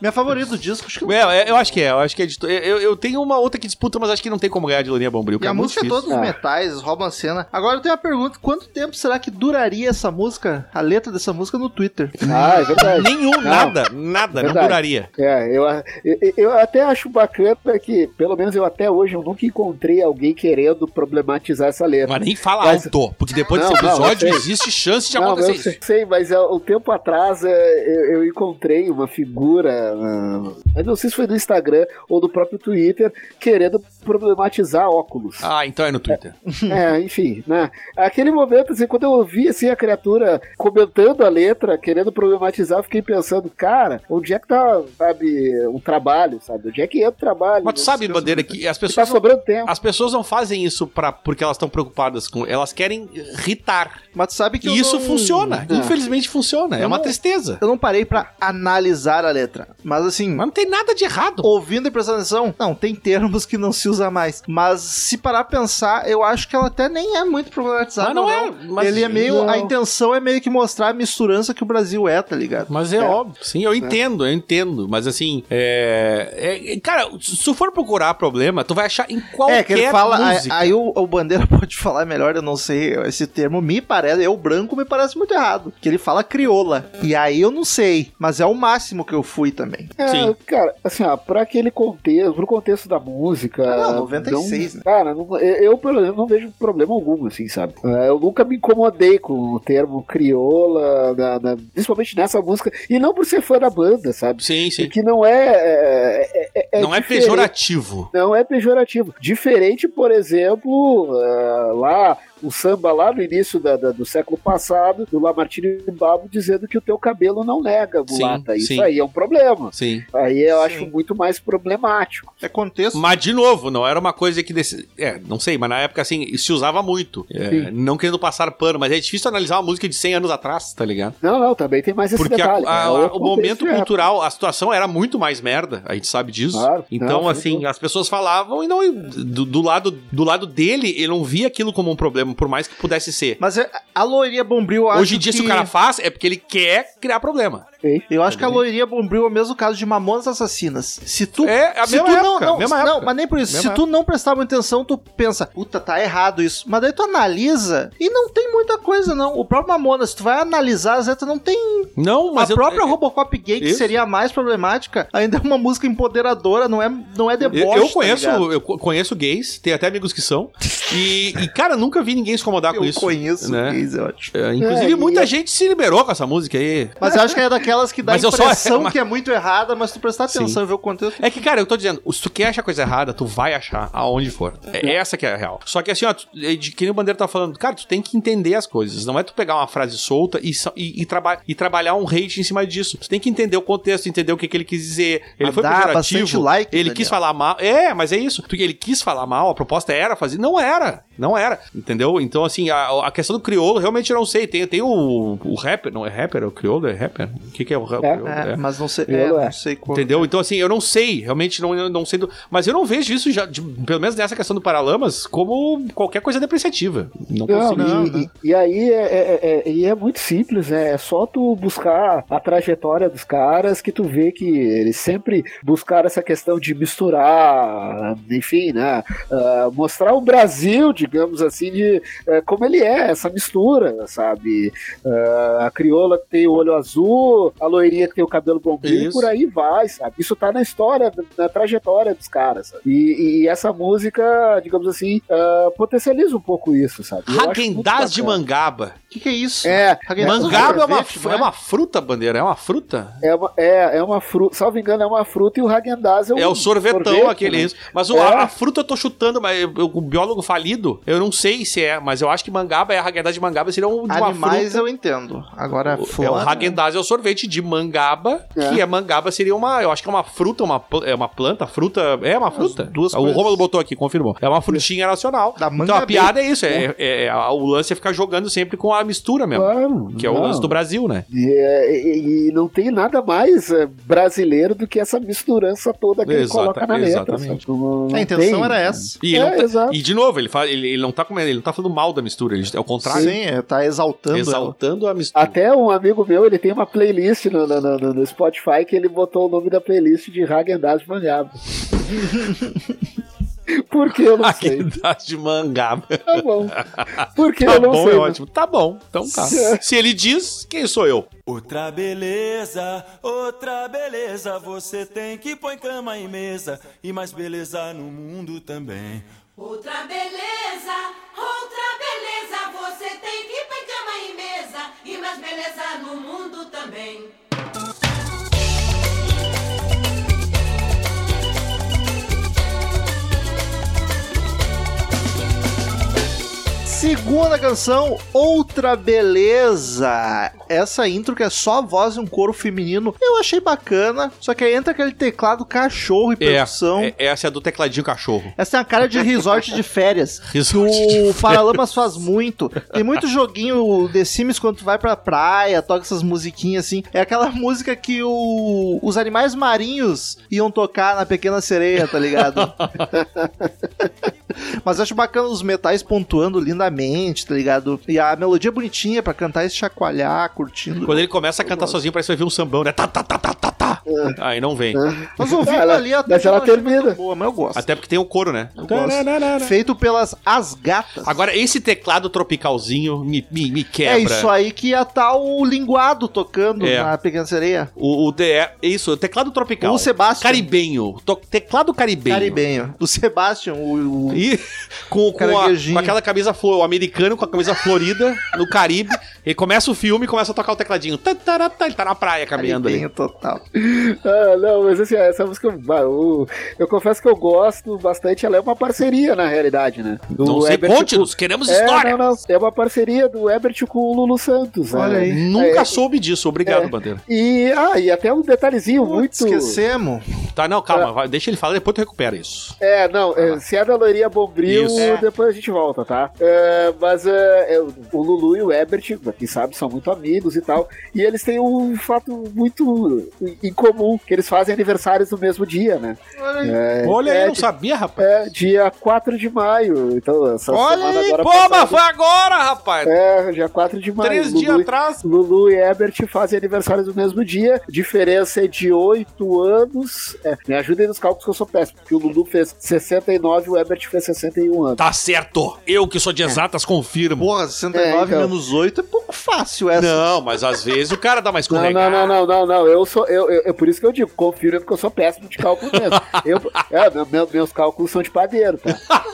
Minha favorita do disco, acho que Well, é, eu acho que é, eu acho que é de to- eu- eu, eu tenho uma outra que disputa, mas acho que não tem como ganhar de Lourinha Bombril. E cara, a é muito música é difícil. toda dos Ah. metais, rouba a cena. Agora eu tenho uma pergunta: quanto tempo será que duraria essa música, a letra dessa música no Twitter? Ah, é verdade. Nenhum, Não. nada, nada, não Verdade. duraria. É, eu, eu, eu até acho bacana que, pelo menos eu até hoje, eu nunca encontrei alguém querendo problematizar essa letra. Mas nem fala Mas- alto, porque depois Não, desse não, eu episódio sei. existe chance de Não, acontecer eu isso. sei, sei, mas há um tempo atrás é, eu, eu encontrei uma figura, ah, eu não sei se foi do Instagram ou do próprio Twitter, querendo problematizar óculos. Ah, então é no Twitter. É, enfim, né? Aquele momento, assim, quando eu ouvi assim, a criatura comentando a letra, querendo problematizar, eu fiquei pensando, cara, onde é que tá, sabe, o trabalho, sabe? Onde é que entra o trabalho? Mas tu sabe, Bandeira, que as Tá pessoas, sobrando tempo. as pessoas não fazem isso pra, porque elas estão preocupadas com. Elas querem irritar. Mas tu sabe É que. eu E isso não- funciona. Ah. Infelizmente funciona. É Eu uma não- tristeza. Eu não parei pra analisar a letra, mas assim. Mas não tem nada de errado. Ouvindo e prestando atenção, não, tem termos que não se usa mais. Mas se parar a pensar, eu acho que ela até nem é muito problematizada. Mas não é, mas- Ele é meio. Não. A intenção é meio que mostrar a misturança que o Brasil é, tá ligado? Mas é, óbvio. Sim, eu entendo, eu entendo. Mas assim, é... é- Cara, se tu for procurar problema, tu vai achar em qualquer É, que ele fala. aí- música. Aí, o, o Bandeira pode falar melhor, eu não sei esse termo. Me parece, eu branco me parece muito errado. Que ele fala crioula. E aí eu não sei, mas é o máximo que eu fui também. É, Ah, Sim. cara, assim, ó, pra aquele contexto, pro contexto da música. Ah, não, 96, não- né? Cara, não- eu, eu, pelo menos, não vejo problema algum, assim, sabe? É, Eu nunca me incomodei com o termo crioula, na- na- principalmente nessa música, e não por ser fã da banda, sabe? Sim, sim. Que não é, é, é- é- é não é diferente. pejorativo. Não é pejorativo. Diferente, por exemplo, ah, lá o samba lá no início da- da- do século passado, do Lamartine Babo dizendo que o teu cabelo não nega, Sim, mulata. Isso sim. aí é um problema. Sim. Aí eu Sim. acho muito mais problemático. É contexto. Mas, de novo, não era uma coisa que. Desse... É, não sei, mas na época, assim, se usava muito. É, Sim. não querendo passar pano, mas é difícil analisar uma música de 100 anos atrás, tá ligado? Não, não, também tem mais esse Porque a- detalhe. a- né? a- É o momento contexto, é. cultural, a situação era muito mais merda, a gente sabe disso. Claro. Então, Não, assim, as pessoas falavam e não do, do lado do lado dele, ele não via aquilo como um problema, por mais que pudesse ser. Mas é- a loiria Bombril, eu acho Hoje em dia, que... se o cara faz, é porque ele quer criar problema. Eu Tá acho que a loiria Bombril é o mesmo caso de Mamonas Assassinas. Se tu... É a se mesma tu época, não, não, mesma não, época. mas nem por isso. Mesma se tu não prestar muita atenção, tu pensa, puta, tá errado isso. Mas daí tu analisa e não tem muita coisa, não. O próprio Mamonas, se tu vai analisar, às vezes tu não tem Não, mas a eu- própria eu- Robocop Gay, que Isso. seria a mais problemática, ainda é uma música empoderadora, não é, não é deboche. Eu, eu conheço, tá ligado? eu co- conheço gays, tem até amigos que são. E, e, cara, nunca vi ninguém se incomodar com eu isso. conheço né? gays, eu acho. É, inclusive, É, e muita é- gente se liberou com essa música aí. Mas eu acho que é daquelas que dá a Mas eu só- impressão é uma- que é muito errada, mas se tu prestar Sim. atenção e ver o contexto. É que, cara, eu tô dizendo, se tu quer achar coisa errada, tu vai achar aonde for. Uhum. É essa que é a real. Só que assim, ó, tu- é de que nem o Bandeira tá falando, cara, tu tem que entender as coisas. Não é tu pegar uma frase solta e, só- e, e traba- e trabalhar um hate em cima disso. Tu tem que entender o contexto, entender o que, que ele quis dizer. Ele Mas foi ah, dá bastante pejorativo. like, ele Daniel. quis falar mal. É, mas é isso. Tu- Ele quis falar mal, a proposta era fazer. Não era. Não era. Entendeu? Então, assim, a, a questão do crioulo, realmente eu não sei. Tem, tem o, o rapper, não é rapper? É o crioulo? É rapper? O que, que é o ra- É. crioulo? É, É. mas não sei, Eu é, não é. não sei como. Entendeu? Então, assim, eu não sei, realmente não, eu não sei. do- mas eu não vejo isso, já, de- pelo menos nessa questão do Paralamas, como qualquer coisa depreciativa. Não, Não, consigo. e, e- e aí é, é- é- e é muito simples, né? É só tu buscar a trajetória dos caras que tu vê que eles sempre buscaram essa questão de misturar, enfim, né? Ah, mostrar o Brasil, digamos assim, de eh, como ele é, essa mistura, sabe? Ah, a crioula que tem o olho azul, a loirinha que tem o cabelo bombril, Isso. por aí vai, sabe? Isso tá na história, na trajetória dos caras. sabe? E, e essa música, digamos assim, ah, potencializa um pouco isso, sabe? Eu acho muito Hagendaz de bacana. mangaba. O que, que é isso? É, Hagen- Mangaba é uma, sorvete, fru- não é uma fruta, bandeira, é uma fruta? é uma, é, é uma fruta, salvo engano, é uma fruta e o Hagendaz é o É o sorvetão sorvete, aquele, né? isso. Mas o- É. a, a fruta eu tô chutando, mas eu- eu- o biólogo falido, eu não sei se é, mas eu acho que mangaba é a Hagendaz de mangaba, seria um, de uma Animais fruta. eu entendo. Agora, É o fora- Hagendaz é o sorvete de mangaba, É. que é mangaba seria uma, eu acho que é uma fruta, uma, pl- é uma planta, fruta, é uma fruta. duas o coisas. Rômulo botou aqui, confirmou. É uma frutinha nacional. Da Então a mangabeira. piada é isso, é, é- é- a- o lance é ficar jogando sempre com a mistura mesmo, Claro, que é o não. lance do Brasil, né? E, é, e- e não tem nada mais é, brasileiro do que essa misturança toda que ele Exata- coloca na letra. exatamente. sabe? Não- não A intenção tem. era essa. E, ele É, não tá- exato. e, de novo, ele, fala, ele, ele não tá comendo, ele não tá falando mal da mistura, ele, é o contrário. Sim, é, tá exaltando. ela. Exaltando a mistura. Até um amigo meu, ele tem uma playlist no, no- no- no Spotify que ele botou o nome da playlist de Hagendaz Mangaba. Por que eu não sei? Hagendaz de mangaba. Tá bom. Por que Tá eu não bom, sei? é né? É. ótimo. Tá bom, então tá. Se ele diz, quem sou eu? Outra beleza, outra beleza você tem que põe cama e mesa e mais beleza no mundo também. Outra beleza, outra beleza você tem que põe cama e mesa e mais beleza no mundo também. Segunda canção, Outra Beleza. Essa intro que é só a voz e um coro feminino, eu achei bacana. Só que aí entra aquele teclado cachorro e É, Então- percussão. é- essa é a do tecladinho cachorro. Essa é uma cara de resort de férias. Então- Resort de o Paralamas faz muito. Tem muito joguinho The Sims quando tu vai pra praia, toca essas musiquinhas assim. É aquela música que o- os animais marinhos iam tocar na Pequena Sereia, tá ligado? Mas eu acho bacana os metais pontuando lindamente, tá ligado? E a melodia é bonitinha pra cantar e se chacoalhar, curtindo. Quando ele começa a cantar sozinho, parece que vai vir um sambão, né? Tá, tá, tá, tá, tá, tá. Aí não vem. Nós ouvimos Ah, ela- ali até né? mas que eu ela achei termina. muito Boa, mas eu gosto. Até porque tem o coro, né? gosto. Feito pelas As Gatas. Agora, esse teclado tropicalzinho me, me, me quebra. É isso aí que ia estar o linguado tocando É. na Pequena Sereia. O, o de- é isso, o teclado tropical. O Sebastian. Caribenho. to- teclado caribenho. Caribenho. O Sebastian, o, o E com, com, a- Caranguejinho. com aquela camisa flor, o americano com a camisa florida no Caribe. Ele começa o filme e começa a tocar o tecladinho. Tá, tá, tá, Ele tá na praia caminhando ali. Alibinho total. Ah, não, mas assim, essa música, bah, o- eu confesso que eu gosto bastante, ela é uma parceria, na realidade, né? Do Não se Herbert conte-nos, queremos com- É, história. não, não, é uma parceria do Ebert com o Lulu Santos, né? Olha aí. Nunca soube disso, obrigado, Bandeira. E, ah, e até um detalhezinho Putz, muito... Esquecemos. Tá, não, calma, vai, deixa ele falar, depois tu recupera isso. É, não, é, se é da loiria Bombril, Isso. é, depois a gente volta, tá? É, mas é, é, o Lulu e o Ebert, quem sabe, são muito amigos e tal. E eles têm um fato muito em comum, que eles fazem aniversários no mesmo dia, né? Olha é, aí, não de- sabia, rapaz. É, dia 4 de maio. Então, essa Olha semana aí, agora pô, passada- mas foi agora, rapaz. É, dia 4 de maio. Três Lulu dias e- atrás. Lulu e Ebert fazem aniversários no mesmo dia, diferença é de 8 anos. É, me ajudem nos cálculos que eu sou péssimo, porque o Lulu fez 69 e o Ebert fez 61 anos. Tá certo, eu que sou de exatas confirmo. Porra, 69 É, então. menos 8 é pouco fácil essa. Não, mas às vezes o cara dá mais Não, escorregada. não, não, não, não, não. Eu sou. Eu, eu- é por isso que eu digo, confira porque eu sou péssimo de cálculo mesmo. Eu, é, meu- meu- meus cálculos são de padeiro, tá?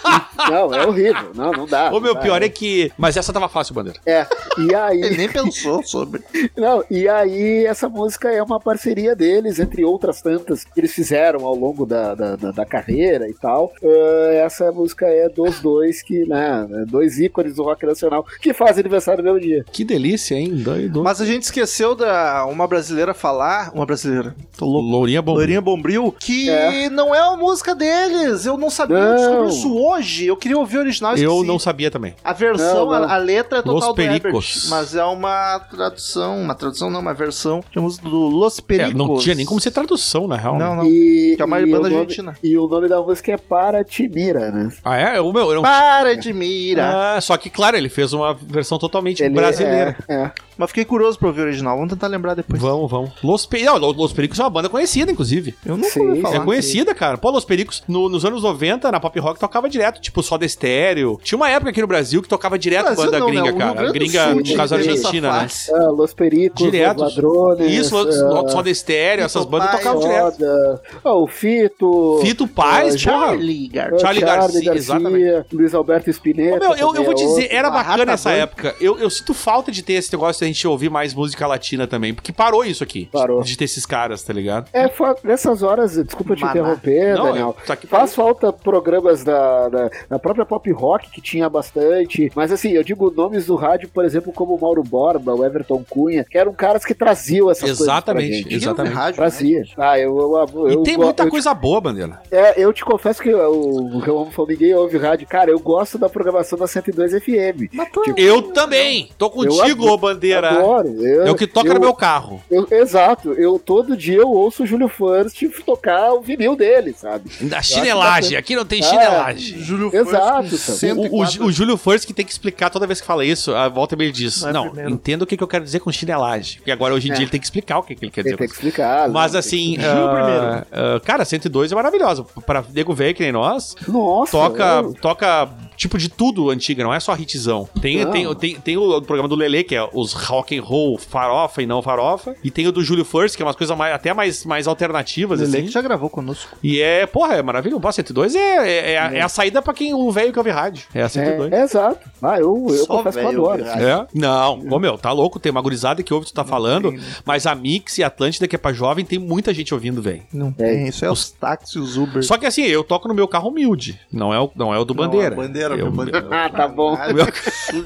Não, é horrível. Não, não dá. O meu não dá, pior não. é que. Mas essa tava fácil, Bandeira. É, e aí. Ele nem pensou sobre. Não, e aí essa música é uma parceria deles, entre outras tantas que eles fizeram ao longo da, da, da- da carreira e tal. Ah, essa música é dos dois que, né, dois ícones do rock nacional que fazem aniversário no mesmo dia. Que delícia, hein? Doido. Mas a gente esqueceu da uma brasileira falar. Uma brasileira. Tô louco. Lourinha bom. Loirinha Bombril, que É. não é a música deles. Eu não sabia, eu Não. descobri isso hoje. Eu queria ouvir o original, Eu esqueci. não sabia também. A versão, Não, não. A, a letra é total Los do Herbert, Pericos. mas é uma tradução, uma tradução não, uma versão, digamos, do Los É, Pericos. não tinha nem como ser tradução, na real. Não, né? não. E, Que é uma e banda o nome- argentina. E o nome da música é Para Timira, né? Ah, é? O meu. Eu não... Para de mira. Ah, só que, claro, ele fez uma versão totalmente Ele- brasileira. É, é. Mas fiquei curioso pra ouvir o original, vamos tentar lembrar depois. Vamos, vamos. Los, Pe... não, Los Pericos é uma banda conhecida, inclusive. Eu nunca Sim, ouvi sim. falar. é conhecida, cara. Pô, Los Pericos, no- nos anos 90, na pop rock, tocava direto, tipo, só da estéreo. Tinha uma época aqui no Brasil que tocava direto Brasil banda não, né? O gringa, Rio cara. Grande do gringa, Sul no teve caso, essa argentina, né? face. Ah, Los Pericos, Direto. Los Ladrones. Isso, ah, Los- só da estéreo, essas é. Fito bandas Paz, tocavam direto. Roda. Ah, o Fito. Fito Paz, porra. Charlie Gar- Ah, Charlie Garcia, exatamente. Luiz Alberto Spinetta. Ô, meu, eu, eu vou te também é dizer, era uma rata bacana essa doida. época. Eu, eu sinto falta de ter esse negócio da gente ouvir mais música latina também, porque parou isso aqui. Parou. De ter esses caras, tá ligado? É, fa- nessas horas, desculpa te Maná. É, interromper, Não, Daniel. eu- tá aqui- Faz falta programas da, da, da própria pop rock, que tinha bastante. Mas assim, eu digo nomes do rádio, por exemplo, como o Mauro Borba, o Everton Cunha, que eram caras que traziam essas coisas. Exatamente, pra gente. Tinha exatamente. rádio, Trazia. Ah, eu, eu, eu, e tem go- muita eu- coisa boa, Bandeira. É, eu te confesso que eu, eu, eu, ninguém ouve rádio. Cara, eu gosto da programação da 102 FM. Tipo, Eu também. Tô contigo, adoro- ô Bandeira. Adoro. Eu, É o que toca eu, no meu carro. eu- exato. Eu todo dia eu ouço o Júlio Furst tipo, tocar o vinil dele, sabe? Da chinelagem. Aqui não tem chinelagem. Júlio Exato, Furst, Sam. tá Ah, é. O, o, 104 o Júlio First que tem que explicar toda vez que fala isso, a volta meio diz. Não é Não, primeiro. entendo o que, que eu quero dizer com chinelagem. Porque agora hoje em É. dia ele tem que explicar o que, que ele quer Tem dizer. que explicar. né? Mas Tem assim, que- ah, ah, cara, 102 é maravilhosa. Pra nego velho que nem nós, Nossa. toca, eu- toca tipo de tudo antiga, não é só hitzão. Tem, Não. tem, tem, tem o programa do Lele, que é os rock and roll, farofa e não farofa. E tem o do Júlio First, que é umas coisas mais- até mais, mais alternativas, Lele assim. que já gravou conosco. E é, porra, é maravilhoso. Pô, 102 é, é, é a- é a saída pra quem o velho que ouve rádio. É a 102. É, é exato. Ah, eu, eu Só confesso que eu velho adoro. ouve assim. É? Não, ô meu, tá louco, tem uma gurizada que ouve, tu tá falando, né? mas a Mix e a Atlântida, que é pra jovem, tem muita gente ouvindo, velho. Não tem, isso é os táxis, os Uber. Só que assim, eu toco no meu carro humilde. Não é o, não é o do Não, Bandeira. a Bandeira, Eu- meu bandeira. Ah, tá bom. Caralho, Meu- que sujo.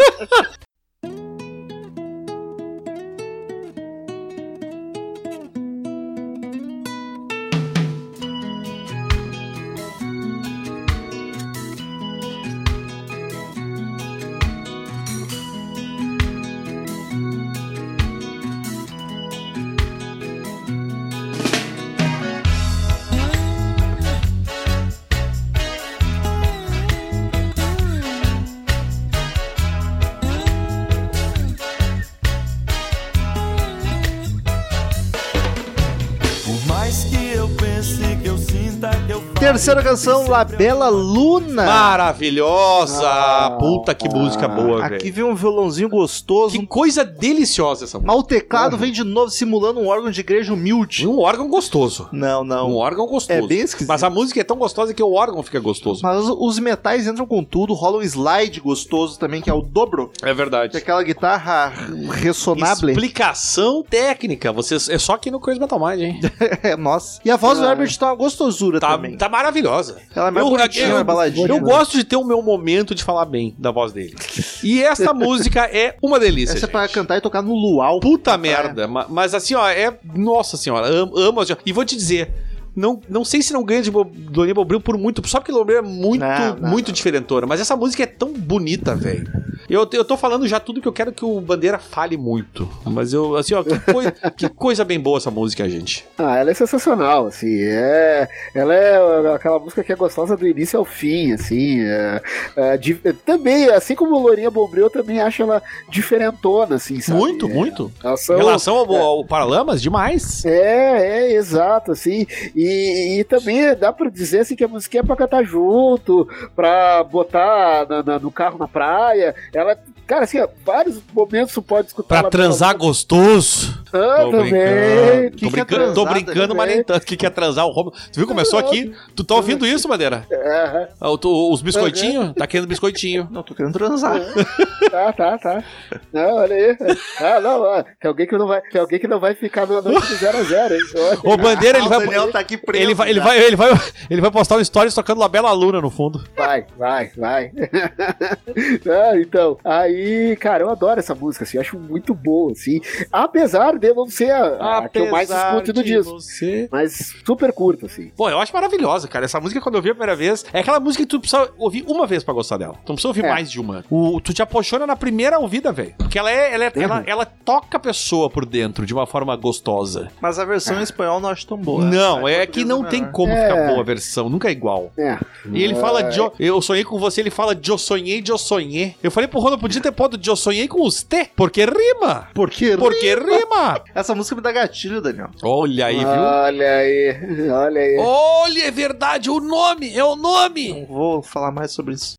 Thank you. pense, que eu sinta, que eu fale. Terceira canção, que La sempre eu Bela Luna. Maravilhosa! Ah, Puta que música boa, Aqui um velho. vem um violãozinho gostoso. Que coisa deliciosa essa música. Mas o teclado vem de novo simulando um órgão de igreja humilde. Um órgão gostoso. Não, Um não. órgão gostoso. É bem esquisito. Mas a música é tão gostosa que o órgão fica gostoso. Mas os metais entram com tudo, rola um slide gostoso também, que é o dobro. É Que é verdade. aquela guitarra ressonable. Explicação técnica. Vocês, é só aqui no Crazy Metal Mind, hein? É, nossa. E a voz do Herbert tá uma gostosura Tá, também. tá maravilhosa. Ela é mais bonitinha, mais baladinha, eu né? gosto de ter o meu momento de falar bem da voz dele. E essa música é uma delícia. Essa é gente. pra cantar e tocar no luau. Puta merda. ma- Mas assim, ó, é. Nossa senhora, am- amo, as. E vou te dizer. Não, não sei se não ganha de Bo- Doninha Bobril por muito, só porque Bobril é muito, Não, não, muito diferentona, mas essa música é tão bonita, velho. Eu, eu tô falando já tudo que eu quero que o Bandeira fale muito, mas eu, assim, ó, que, coi- que coisa bem boa essa música, gente. Ah, ela é sensacional, assim, é... Ela é aquela música que é gostosa do início ao fim, assim, é- é di- também, assim como Lourinha Bombril, eu também acho ela diferentona, assim, sabe? Muito, É, muito. elas são- Então, em relação é. ao, ao Paralamas, demais. É, é, exato, assim, e, e também dá pra dizer, assim, que a musiquinha é pra cantar junto, pra botar na- na- no carro na praia, ela... Cara, assim, ó, vários momentos tu pode escutar. Pra ela transar gostoso. Ah, também. Tá Tô Que que é brincando, tô transada, brincando, né? mas nem tanto. O que, que é transar o Romulo? Tu viu? Começou aqui. Tu tá ouvindo isso, Madeira? Aham, Ah, o- tu- Os biscoitinhos? Tá querendo biscoitinho. Não, tô querendo transar. tá, tá, tá. Não, olha aí. Ah, não, ó, tem alguém que não vai, tem alguém que não vai ficar no no 0 a 0 hein? Olha. Ô, Bandeira, ele Ah, vai. o Daniel tá aqui preso. Ele vai, ele já. vai, ele vai, ele vai postar um stories tocando La Bela Luna no fundo. Vai, vai, vai. Ah, então, aí, cara, eu adoro essa música, assim, eu acho muito boa, assim. Apesar de não ser a, Ah, a que eu mais escuto do disco. Você... Mas super curta, assim. Pô, eu acho maravilhosa, cara. Essa música, quando eu ouvi a primeira vez, é aquela música que tu precisa ouvir uma vez pra gostar dela. Tu não precisa ouvir É. mais de uma. O, tu te apaixona na primeira ouvida, velho. Porque ela é, ela, é- ela, ela toca a pessoa por dentro de uma forma gostosa. Mas a versão em espanhol não acho tão boa. Não, A portuguesa é que não melhor. tem como É. ficar boa a versão, nunca é igual. É. E ele fala, de, eu sonhei com você, ele fala, de eu sonhei, de eu sonhei. Eu falei pro Ronald, podia ter podo de eu sonhei com os T, porque rima. Por quê? Porque rima. Essa música me dá gatilho, Daniel. Olha aí, viu? Olha aí, olha aí. Olha, é verdade, o nome, é o nome. Não vou falar mais sobre isso.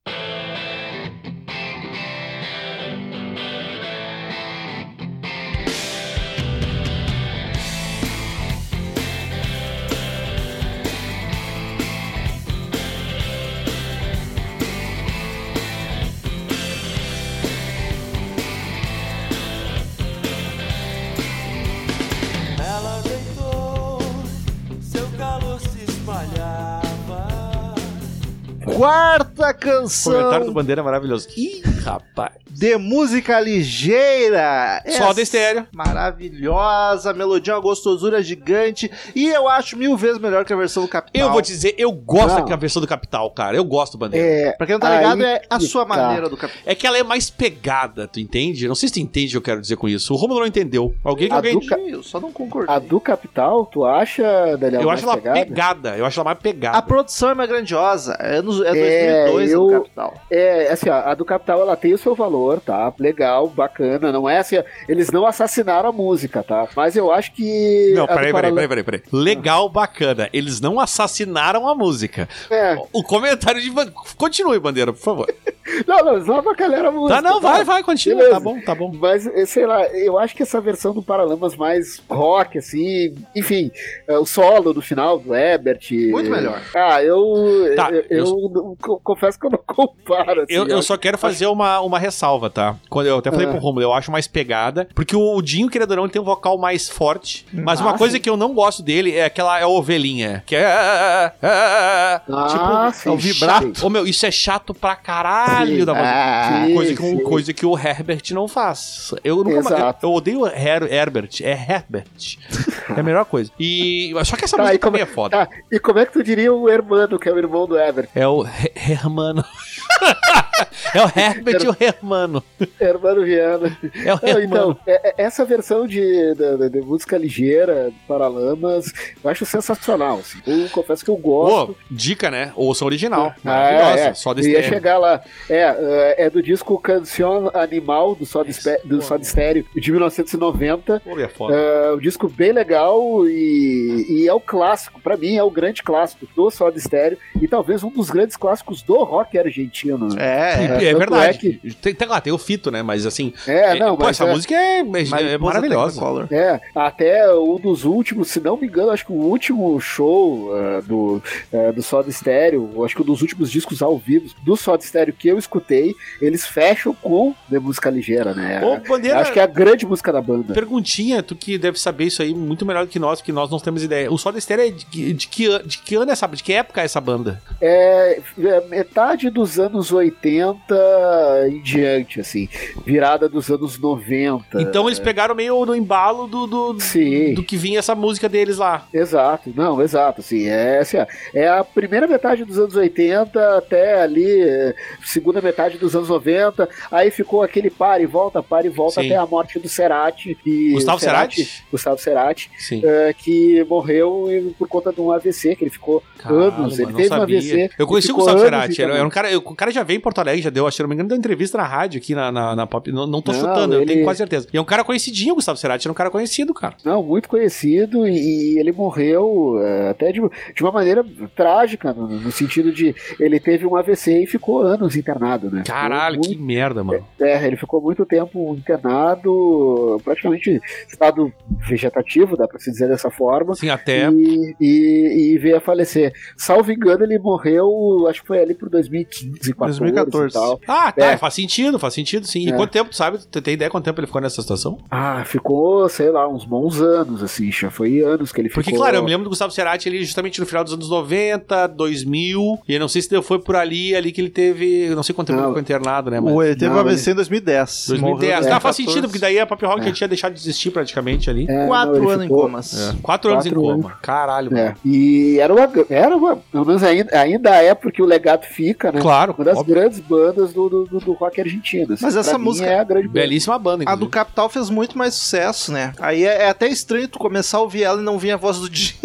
Ela deitou, seu calor se espalhava. Quarta O comentário do canção Bandeira é maravilhoso. Ih, rapaz. de música ligeira. Só do estéreo. Maravilhosa, melodia, uma gostosura gigante. E eu acho mil vezes melhor que a versão do Capital. Eu vou te dizer, eu gosto Não. da versão do Capital, cara. Eu gosto do Bandeira. É, Pra quem não tá aí ligado, é a que sua tá. maneira do Capital. É que ela é mais pegada, tu entende? Não sei se tu entende o que eu quero dizer com isso. O Romulo não entendeu. Alguém que A alguém... do Ca- Eu só não concordei. A do Capital, tu acha, Daniel? Eu acho é mais ela pegada? eu acho ela mais pegada. A produção é mais grandiosa. É, nos, é É, 2002 eu- no Capital. É, assim, ó, a do Capital ela tem o seu valor, tá? Legal, bacana. Não é assim, ó, eles não assassinaram a música, tá? Mas eu acho que. Não, a do peraí, peraí, Paralama- peraí, peraí, peraí. Legal, bacana. Eles não assassinaram a música. É. O comentário de. Ban- Continue, Bandeira, por favor. Não, não, eles não avacalharam a música. Tá, não, vai, vai, continua. Beleza. Tá bom, tá bom. Mas, eh, sei lá, eu acho que essa versão do Paralamas mais rock, assim, enfim, eh, o solo no final do Ebert. Muito melhor. Ah, eu. Tá, eu, eu não- co- confesso que eu não comparo. Assim, Eu, eu só quero fazer uma, uma ressalva, tá? Quando eu até falei Ah. pro Romulo, eu acho mais pegada, porque o Dinho, querendo ou não, ele tem um vocal mais forte. Mas uma Ah, coisa sim. que eu não gosto dele é aquela é a ovelhinha, que é Ah, sim, é o vibrato. sim. Ô meu, isso é chato pra caralho Sim. da voz. Tipo, Ah, coisa, sim, que, o- sim. coisa que o Herbert não faz. Eu nunca mais- Exato. eu, eu odeio o Her- Herbert, é Herbert. é a melhor coisa. E só que essa Tá, e música como- também é foda. Tá, e como é que tu diria o Hermano, que é o irmão do Ebert? É o Re- Hermano. É o Herbert e o Hermano. Hermano Viana. É o Não, Hermano. então, é- é- essa versão de, da- da- de música ligeira, do Paralamas, eu acho sensacional. assim. Eu confesso que eu gosto. Pô, dica, né? Ouça original. Ah, Maravilhosa. é, é. Só Eu desse ia chegar lá. É, uh, é do disco Canção Animal, do Soda, Spe- do Soda Stereo, de 1990. Pô, minha foda. É um disco bem legal e, e é o clássico, pra mim é o grande clássico do Soda Stereo e talvez um dos grandes clássicos do rock argentino. É, né? é, é tanto verdade. é que- Tem, tem lá, tem o Fito, né? Mas assim. É, não, pô, mas essa é- música é, é- é maravilhosa. Color. É, até um dos últimos, se não me engano, acho que o último show ah, do, ah, do Soda Stereo, acho que um dos últimos discos ao vivo do Soda Stereo que eu escutei, eles fecham com The Música Ligeira, né? Ô, Bandeira, Acho que é a grande música da banda. perguntinha, tu que deve saber isso aí muito melhor do que nós, porque nós não temos ideia. O Soda Stereo é de, que- de que, an- de que ano é essa, de que época é essa banda? É, é metade dos anos 80 em diante, assim. Virada dos anos 90. Então eles pegaram meio no embalo do, do, É. Sim, do que vinha essa música deles lá. exato. Não, exato. Assim, é, assim, ó, é a primeira metade dos anos 80 até ali, é, segunda metade dos anos 90. Aí ficou aquele para e volta, para e volta Sim. até a morte do Cerati. E Gustavo o Cerati? Cerati? Gustavo Cerati, Sim. é, que morreu e- por conta de um AVC, que ele ficou anos. Ele não teve um sabia. AVC. Eu conheci e o ficou Gustavo anos Cerati. Era, internado. era um cara, eu- o cara já veio em Porto Alegre, já deu, acho que se não me engano, deu uma entrevista na rádio aqui na, na, na Pop. Não, não tô Não, chutando, eu ele- tenho quase certeza. E é um cara conhecidinho, o Gustavo Cerati. Era um cara conhecido, cara. Não, muito conhecido e, e ele morreu eh, até de, de uma maneira trágica, no, no sentido de ele teve um AVC e ficou anos internado, né? Ficou Caralho, muito- que merda, mano. é, ele ficou muito tempo internado, praticamente estado vegetativo, dá pra se dizer dessa forma. Assim, até. E, e, e veio a falecer. Salvo engano, ele morreu, acho que foi ali por 2015, 14 2014. 2014. e tal. Ah, tá, É. faz sentido, faz sentido, sim. E É. quanto tempo, tu sabe? Tu tem ideia quanto tempo ele ficou nessa situação? Ah, ficou, sei lá, uns bons anos, assim, já foi anos que ele ficou. Porque, claro, eu me lembro do Gustavo Cerati ele justamente no final dos anos 90, 2000, e eu não sei se deu- foi por ali, ali que ele teve, eu não sei quanto tempo Não. ele ficou internado, né, mas... O ele teve Não, um AVC em 2010. 2010. Morreu em Ah, faz 2014. sentido, porque daí a Pop Rock já tinha deixado de existir praticamente ali. É, não, Quatro ele anos em ficou- é. comas. Quatro anos em Quatro coma. Caralho, mano. É, e era uma, era uma, pelo menos ainda, ainda é porque o legado fica, né? Claro, Uma das óbvio. grandes bandas do, do, do- do rock argentino. assim. Mas essa Pra mim música- é a grande banda. Belíssima banda, A do inclusive. Capital fez muito mais sucesso, né? Aí é, é até estranho tu começar a ouvir ela e não vir a voz do Dinho.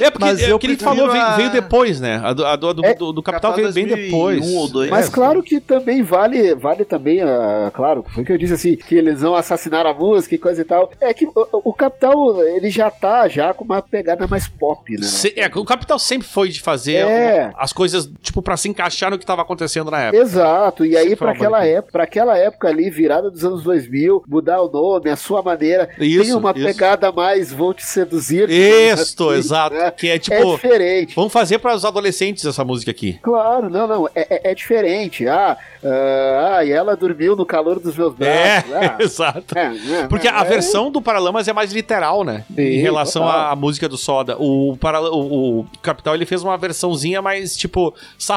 É porque Mas é, eu o que ele prefiro falou veio, a- veio depois, né? A do, a do, a do, É, do- do Capital Capital veio bem 2001 depois. ou dois. Mas É. claro que também vale, vale também, ah, claro, foi o que eu disse assim, que eles não assassinaram a música e coisa e tal. É que o, o Capital, ele já tá já com uma pegada mais pop, né? Se- é, o Capital sempre foi de fazer É. as coisas, tipo, pra se encaixar no que tava acontecendo na época. Exato, e aí Sempre foi pra uma aquela, banda que- época, pra aquela época ali, virada dos anos 2000, mudar o nome, a sua maneira, tem Isso, uma isso. pegada mais vou te seduzir. Isso, Assim, exato. né? Que é é tipo, diferente. vamos fazer para os adolescentes essa música aqui. Claro, não, não, é, é- é diferente. Ah, ah, ah, e ela dormiu no calor dos meus braços. Ah, É, exato. é, né, Porque a é, versão do Paralamas é mais literal, né? em Sim, relação total. à, à música do Soda. O, Paral- o, o Capital ele fez uma versãozinha mais, tipo,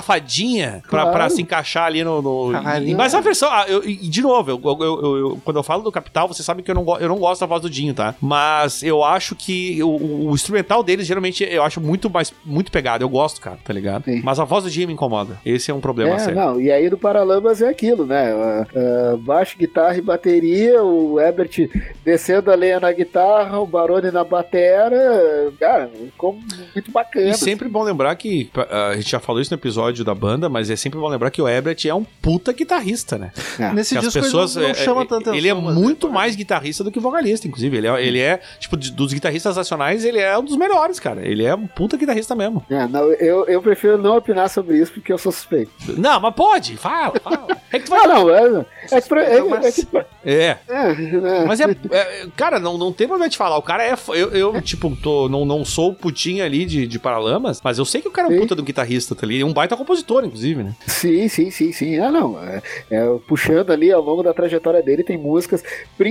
safadinha pra, Claro. pra se encaixar ali no. no- Caralho. e- mas a versão. ah, eu- e de novo, eu, eu- eu- eu- quando eu falo do Capital, você sabe que eu não, go- eu não gosto da voz do Dinho, tá? Mas eu acho que o- o, o instrumental deles, geralmente, eu acho muito mais muito pegado. Eu gosto, cara, tá ligado? Sim. Mas a voz do Dinho me incomoda. Esse é um problema É, sério. não, e aí do Paralamas é aquilo, né? Ah, ah, baixo, guitarra e bateria, o Ebert descendo a lenha na guitarra, o Barone na batera, cara, ficou muito bacana. assim. E sempre bom lembrar que ah, a gente já falou isso no episódio da banda, mas é sempre bom lembrar que o Ebert é um puta guitarrista, né? Nesse Que as disco pessoas ele não é, chama é, tanta ele é atenção, mas muito mais guitarrista do que vocalista inclusive ele é, ele é tipo de- dos guitarristas nacionais ele é um dos melhores cara ele é um puta guitarrista mesmo É, não, eu, eu prefiro não opinar sobre isso porque eu sou suspeito. não mas pode fala fala é que tu vai... Ah, não, é, é que pra- é- é que- é é, né? mas é, é- cara não, não tem problema de falar o cara é f- eu, eu, tipo tô não, não sou o putinho ali de, de Paralamas mas eu sei que o cara é um Sim. puta do guitarrista tá ali é um baita compositor inclusive né Sim, sim, sim, sim. Ah, não. é- é, puxando ali ao longo da trajetória dele, tem músicas,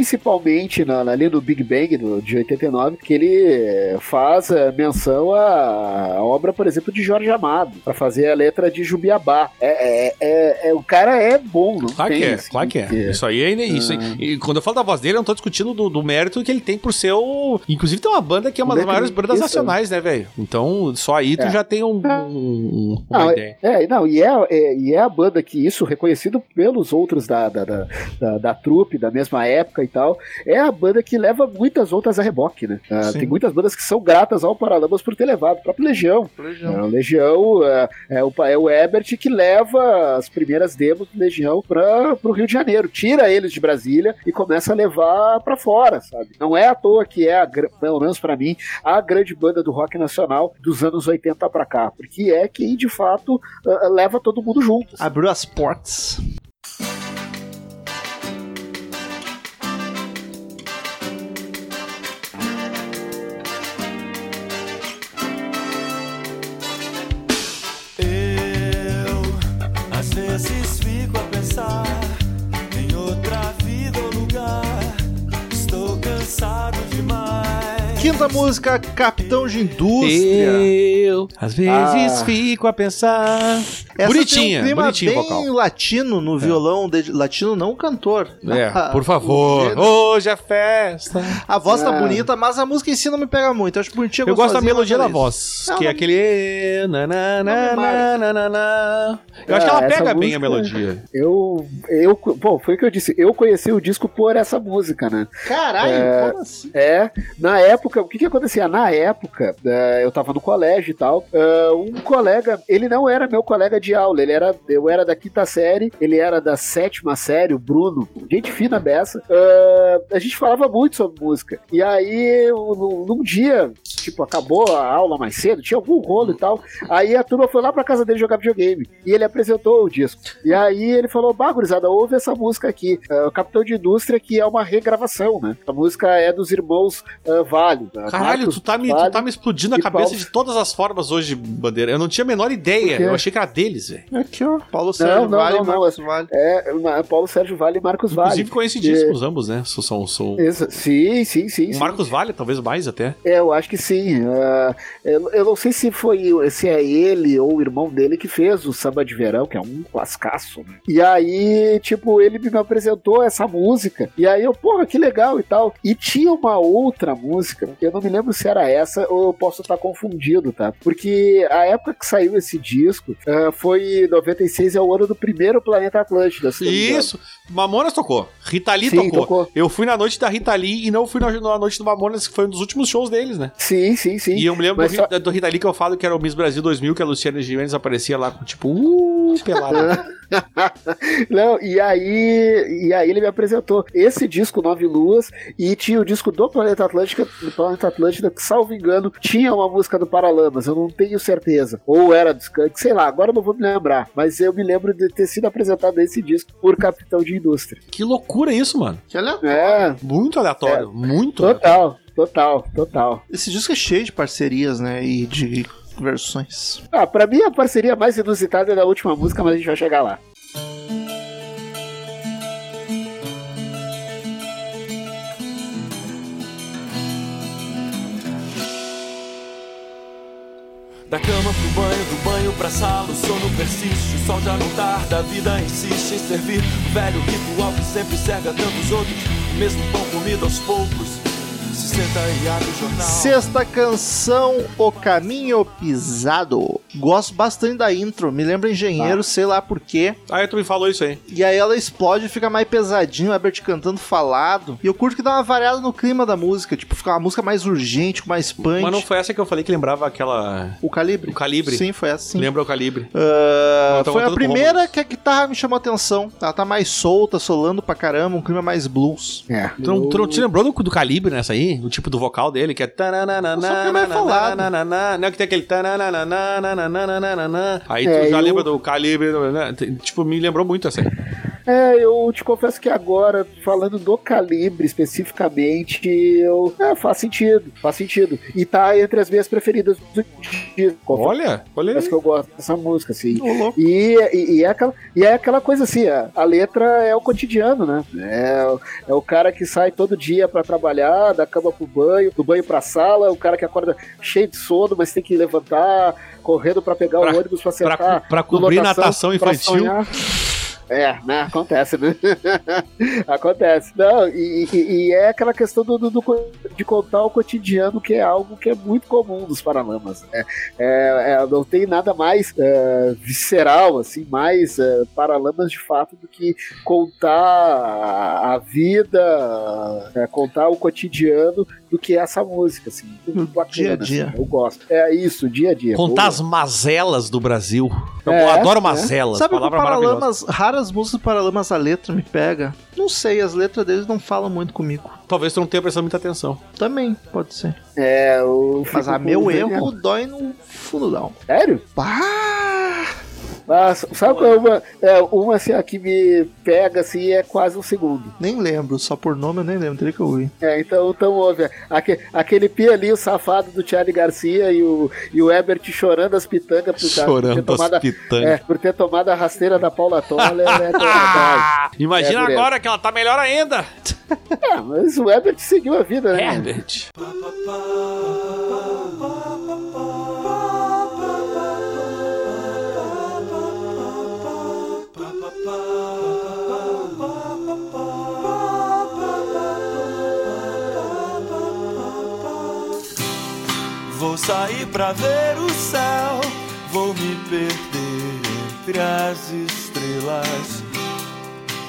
principalmente na, na- ali no Big Bang do, de 89, que ele é, faz é, menção à, à obra, por exemplo, de Jorge Amado, pra fazer a letra de Jubiabá. É, é, é- é- o cara é bom, não Claro tem, que é, assim, claro rock, é. É. Isso aí é. Isso aí- e quando eu falo da voz dele, eu não tô discutindo do, do mérito que ele tem por ser o. Inclusive, tem uma banda que é uma O das mérito maiores bandas disso. nacionais, né, velho? Então, só aí tu É. já tem um, um- uma Não, ideia. é, é, não, e é, é- e é a banda que isso, reconhecido pelos outros da, da, da, da- da trupe, da mesma época e tal, é a banda que leva muitas outras a reboque, né? Ah, Sim. tem muitas bandas que são gratas ao Paralamas por ter levado, o próprio Legião. É, o Legião é, é o, pa- é o Ebert que leva as primeiras demos do Legião para o Rio de Janeiro, tira eles de Brasília e começa a levar para fora, sabe? Não é à toa que é, a, gra- pelo menos para mim, a grande banda do rock nacional dos anos 80 pra cá, porque é quem de fato ah, leva todo mundo junto. Abriu as portas. Eu às vezes fico a pensar em outra vida ou lugar. Estou cansado demais. Quinta música, Capitão de Indústria. Eu, às vezes, Ah. fico a pensar. Essa bonitinha, tem um clima bonitinho o bem vocal. latino no violão, de- latino não cantor. É, por O favor. gênero. Hoje é festa. A voz tá É. bonita, mas a música em si não me pega muito. Eu acho bonitinha. Eu gosto da gostosinha, melodia da mas é isso. voz, Não, que é não- aquele. na, na, na, me na, marca. na, na, na. Eu acho É, que ela essa pega bem a música- melodia. Eu, eu, bom, foi o que eu disse, eu conheci o disco por essa música, né? Caralho, como assim? É, na época, o que que acontecia? Na época, eh, eu tava no colégio e tal, eh, um colega, ele não era meu colega de aula, ele era, eu era da quinta série, ele era da sétima série, o Bruno, gente fina dessa, a gente falava muito sobre música, e aí, um- num, num dia, tipo, acabou a aula mais cedo, tinha algum rolo e tal, aí a turma foi lá pra casa dele jogar videogame, e ele apresentou o disco, e aí ele falou, bah, gurizada, ouve essa música aqui, eh, o Capitão de Indústria, que é uma regravação, né, a música é dos irmãos eh, Vale, né? Caralho, Marcos tu tá, me, Vale. tu tá me explodindo a e cabeça Paulo. de todas as formas hoje, Bandeira. Eu não tinha a menor ideia. quê? Eu achei que era deles, velho. Aqui, ó. Paulo Sérgio não, Vale, não, não, Marcos Vale. É, ma- Paulo Sérgio Vale e Marcos Vale. Inclusive conhecidíssimos ambos, né? Sou, são, são... Exa- sim, sim, sim. sim. Marcos Vale, talvez mais até. É, eu acho que sim. Ah, eu, eu não sei se foi se é ele ou o irmão dele que fez o Samba de Verão, que é um lascaço. né? E aí, tipo, ele me apresentou essa música. E aí eu, porra, que legal e tal. E tinha uma outra música, eu não me lembro se era essa ou eu posso estar confundido, tá? Porque a época que saiu esse disco ah, foi 96, é o ano do primeiro Planeta Atlântida. se não me engano. Isso. Mamonas tocou. Rita Lee Sim, tocou. tocou. Eu fui na noite da Rita Lee e não fui na, na noite do Mamonas, que foi um dos últimos shows deles, né? Sim, sim, sim. E eu me lembro Mas do, Ri- do Rita Lee que eu falo que era o Miss Brasil 2000, que a Luciana Gimenez aparecia lá com tipo, uh, pelada. Não, e aí, e aí ele me apresentou esse disco Nove Luas e tinha o disco do Planeta Atlântica, do Planeta Atlântida, que salvo engano, tinha uma música do Paralamas, eu não tenho certeza. Ou era do Skank, sei lá, agora eu não vou me lembrar, mas eu me lembro de ter sido apresentado esse disco por Capitão de Indústria. que loucura isso, mano. Que olha, É, Muito aleatório. Muito né? aleatório. total, total, total. esse disco é cheio de parcerias, né? E de versões. Ah, pra mim a parceria mais inusitada é da última música, mas a gente vai chegar lá. Da cama pro banho, do banho pra sala, o sono persiste, o sol já não tarda, a vida insiste em servir o velho ritual que sempre cega tantos outros, o mesmo pão comido aos poucos, se senta e abre o jornal. Sexta canção, O Caminho Pisado. Gosto bastante da intro, me lembra Tá. Engenheiro, sei lá porquê. Aí tu me falou isso aí. E aí ela explode, fica mais pesadinho, o Herbert cantando falado. E eu curto que dá uma variada no clima da música, tipo, fica uma música mais urgente, com mais punch. Mas não foi essa que eu falei que lembrava aquela. O Calibre? O Calibre. Sim, foi assim. Lembra o calibre. Ah, Não, tava foi a tudo com primeira Romulo. que a guitarra me chamou atenção. Ela tá mais solta, solando pra caramba, um clima mais blues. É. Tu não, tu não te lembrou do, do calibre nessa aí? O tipo do vocal dele, que é. só porque não é falado. tananana, Não, que tem aquele. tananana, Aí tu É, já eu- lembra do calibre. né? Tem- Tipo, me lembrou muito essa aí. É, eu te confesso que agora, falando do calibre especificamente, eu. É, faz sentido, faz sentido. E tá entre as minhas preferidas do disco. Confesso Olha, olha aí. que eu gosto dessa música, assim. Ô, louco. E, e, e é aquela, e é aquela coisa assim, a, a letra é o cotidiano, né? É, o- é o cara que sai todo dia pra trabalhar, da cama pro banho, do banho pra sala, o cara que acorda cheio de sono, mas tem que levantar, correndo pra pegar Pra- o ônibus Pra, pra sentar. pra no cobrir lotação, natação pra infantil. sonhar. É, né? Acontece, né? acontece. Não, e, e- e é aquela questão do, do- do co- de contar o cotidiano, que é algo que é muito comum dos Paralamas. né? É, é, não tem nada mais é, visceral, assim, mais é, Paralamas de fato do que contar a a vida, é, contar o cotidiano do que é essa música, assim. Muito bacana, dia a dia. assim, eu gosto. É isso, dia a dia. Contar Boa. as mazelas do Brasil. Eu É, adoro é. mazelas, Sabe o que o palavra maravilhosa. Paralamas, raras músicas do Paralamas, a letra me pega? Não sei, as letras deles não falam muito comigo. Talvez tu não tenha prestado muita atenção. Também, pode ser. É, eu Mas fico a com meu o Daniel. erro dói no fundo da alma. Sério? Pá! Mas, sabe qual é uma, é, uma assim, a que me pega assim é quase um segundo. Nem lembro, só por nome eu nem lembro, teria que ouvir. É, então, então houve aque, aquele pialinho safado do Thiago Garcia e o, e o Ebert chorando as pitangas por, causa- por ter Chorando tomado, as a- pitangas. é, por ter tomado a rasteira da Paula Toller. é, verdade. Ah, imagina É, beleza. agora que ela tá melhor ainda. É, mas o Ebert seguiu a vida, né? É, Herbert. Vou sair pra ver o céu, vou me perder entre as estrelas.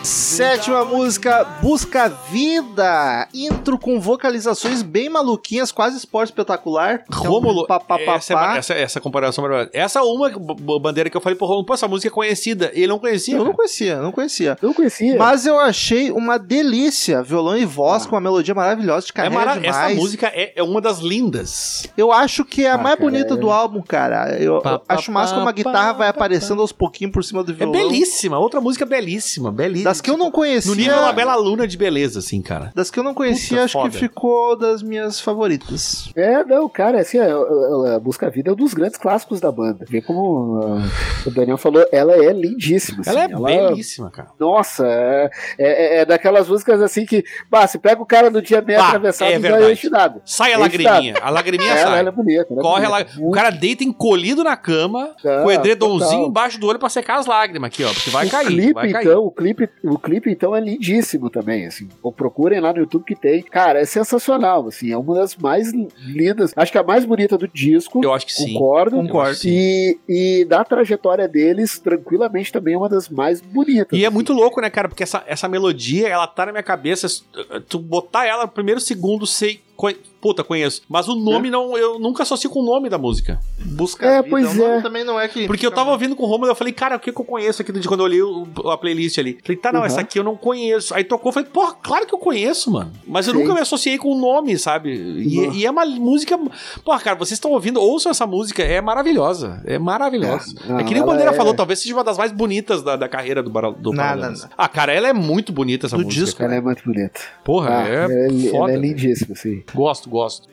Sétima música, Busca Vida. Intro com vocalizações bem maluquinhas, quase esporte espetacular. Rômulo, Então, Pá, pá, pá, Então, essa, é pá. ma- essa, essa comparação é maravilhosa. Essa é uma b- b- bandeira que eu falei pro Romulo, pô, essa música é conhecida. Ele não conhecia. Eu não cara. É conhecia, não conhecia. Não conhecia. Mas eu achei uma delícia. Violão e voz com uma melodia maravilhosa, de Ah. É carrega mara- demais. Essa música é, é uma das lindas. Eu acho que é a Ah, mais cara, bonita é. do álbum, cara. Eu Pá, eu pá, acho massa como a pá, guitarra pá, vai pá, aparecendo aos pouquinhos por cima do É violão. belíssima, outra música belíssima, Das belíssima. que eu não conhecia. No nível é uma bela luna de beleza, assim, cara. Das que eu não conhecia, Puta, acho foda. que ficou das minhas favoritas. É, não, cara, assim, a, a- a Busca Vida é um dos grandes clássicos da banda. Vê como ah, o Daniel falou, ela é lindíssima. assim, Ela é belíssima, cara. Nossa, é, é- é daquelas músicas assim que, bah, se pega o cara no dia meio Bah, atravessado, é já verdade. enche nada. Sai a Esse lagriminha, a lagriminha Ela, sai. ela é bonita. ela é Corre a bonita. lag- O cara deita encolhido na cama, Tá, com o edredomzinho total. embaixo do olho pra secar as lágrimas aqui, ó, porque vai o cair, clipe, vai cair. então, o clipe, o clipe então é lindíssimo também, assim. Ou procurem lá no YouTube que tem. Cara, é sensacional, assim, é uma das mais lindas. Acho que é a mais bonita do disco. Eu acho que sim. Concordo. Concordo. E, e da trajetória deles, tranquilamente também é uma das mais bonitas. E é assim. muito louco, né, cara? Porque essa, essa melodia, ela tá na minha cabeça. se tu- Tu botar ela no primeiro segundo, sei. co- Puta, conheço. Mas o nome não. Eu nunca associo com o nome da música. Busca É, Vida, o pois nome é. também não é que. Porque eu tava ouvindo com o Romulo, eu falei, cara, o que, que eu conheço aqui de quando eu olhei o- a playlist ali? Falei, tá, não, Uhum. essa aqui eu não conheço. Aí tocou, eu falei, porra, claro que eu conheço, mano. Mas eu Sim. nunca me associei com o nome, sabe? E, Uhum. e é uma música. Porra, cara, vocês estão ouvindo, ouçam essa música, é maravilhosa. É maravilhosa. É, É, não, que nem o ela Bandeira é- falou, talvez seja uma das mais bonitas da, da carreira do Barão. Do Não, Paralamas. não, Ah, cara, ela é muito bonita essa Do música. disco, cara. Ela é muito bonita. né? Porra, Ah, é, ela, é- foda. ela é velho. lindíssima, assim. Gosto, gosto.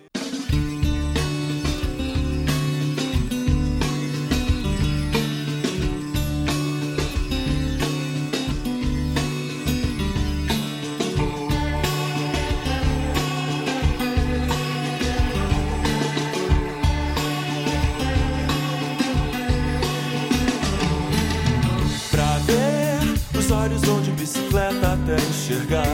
Pra ver os olhos onde bicicleta até enxergar.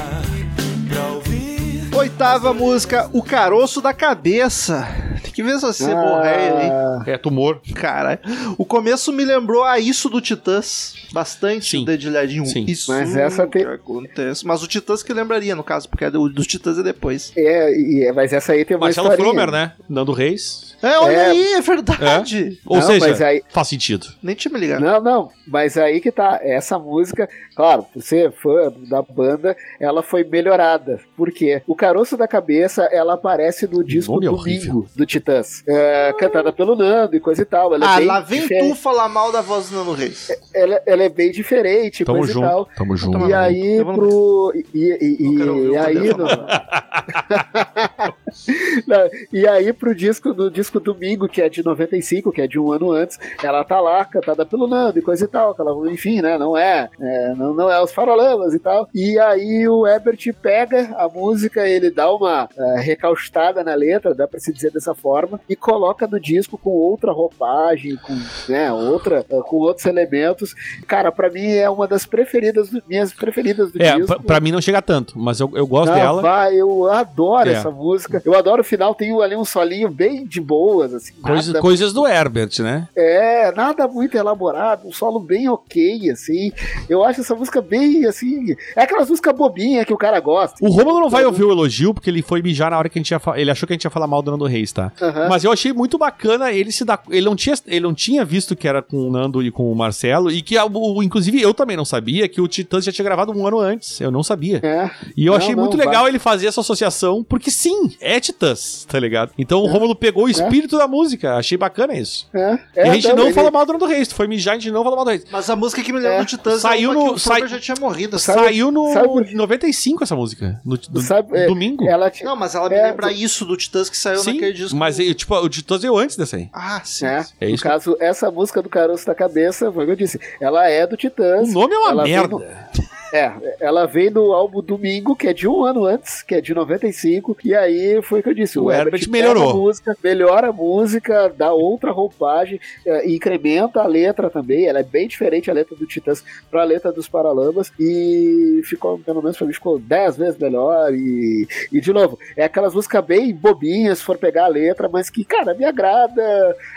Pra ouvir Oitava música, O Caroço da Cabeça. Tem que ver essa é ceborreia Ah, É tumor. aí. Caralho. O começo me lembrou a isso do Titãs. Bastante Sim. o dedilhadinho. Sim. Isso Mas essa tem- que acontece. Mas o Titãs que lembraria, no caso, porque é do, dos Titãs é depois. É, e é, mas essa aí tem uma Marcelo historinha. Fromer, né? Nando Reis. É, olha É. aí, é verdade. Ou Não, mas é seja, aí- faz sentido. Nem tinha me ligado. Não, não, mas aí que tá. Essa música, claro, por ser fã da banda, ela foi melhorada. Por quê? O Caroço da Cabeça, ela aparece no disco nome é Domingo, horrível. do Titãs. É, cantada pelo Nando e coisa e tal. Ela é ah, bem lá vem diferente. tu falar mal da voz do Nano Reis. Ela, ela é bem diferente, Tamo coisa junto. e tal. Tamo junto. É, tomar no E cu. aí Eu vou no pro. E, e- e- Eu quero ouvir e o aí. Cadê o no- Não, e aí pro disco, no disco Domingo, que é de 95, que é de um ano antes, ela tá lá, cantada pelo Nando e coisa e tal, que ela, enfim, né, não é, é, não, não é os farolamas e tal. E aí o Ebert pega a música, ele dá uma é, recalchutada na letra, dá pra se dizer dessa forma, e coloca no disco com outra roupagem, com, né, outra, é, com outros elementos. Cara, pra mim é uma das preferidas, do- minhas preferidas do É, disco. pra, pra mim não chega tanto, mas eu, eu gosto Ah, dela. vai, eu adoro É. essa música. Eu adoro o final, tem ali um solinho bem de boas, assim. Coisa- nada, coisas do Herbert, né? É, nada muito elaborado, um solo bem ok, assim. Eu acho essa música bem, assim. É aquelas músicas bobinhas que o cara gosta. Então, O Romulo não vai Uhum. ouvir o elogio, porque ele foi mijar na hora que a gente ia fa- Ele achou que a gente ia falar mal do Nando Reis, tá? Aham. Mas eu achei muito bacana ele se dar. Ele não tinha, ele não tinha visto que era com o Nando e com o Marcelo, e que, a- o- inclusive, eu também não sabia que o Titãs já tinha gravado um ano antes. Eu não sabia. É. E eu Não, achei não, muito vai. legal ele fazer essa associação, porque sim, é Titãs, tá ligado? Então o Romulo pegou o espírito da música. Achei bacana isso. É, e é, a gente tá, não ele- fala mal do Nando Reis. Tu foi mijar, a gente não fala mal do Reis. Mas a música que me lembra É. do Titãs Saiu é uma no- que o Flauber sai- já tinha morrido. sabe? Saiu no sabe por- 95 essa música. No, do- Sabe, é, domingo. Ela tinha. Não, mas ela me É, lembra isso do Titãs que saiu Sim, naquele disco. mas eu, tipo, o Titãs veio antes dessa aí. Ah, sim. É, É no isso. caso, essa música do Caroço da Cabeça, foi o que eu disse, ela é do O Titãs. nome é uma ela veio merda. no- É, ela veio no álbum Domingo, que é de um ano antes, que é de 95, e aí foi o que eu disse, O Herbert pega melhorou. A música, melhora a música, dá outra roupagem, eh, e incrementa a letra também, ela é bem diferente a letra do Titãs pra letra dos Paralamas, e ficou, pelo menos pra mim, ficou 10 vezes melhor, e, e de novo, é aquelas músicas bem bobinhas, se for pegar a letra, mas que, cara, me agrada,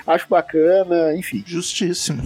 acho bacana, enfim. Justíssimo.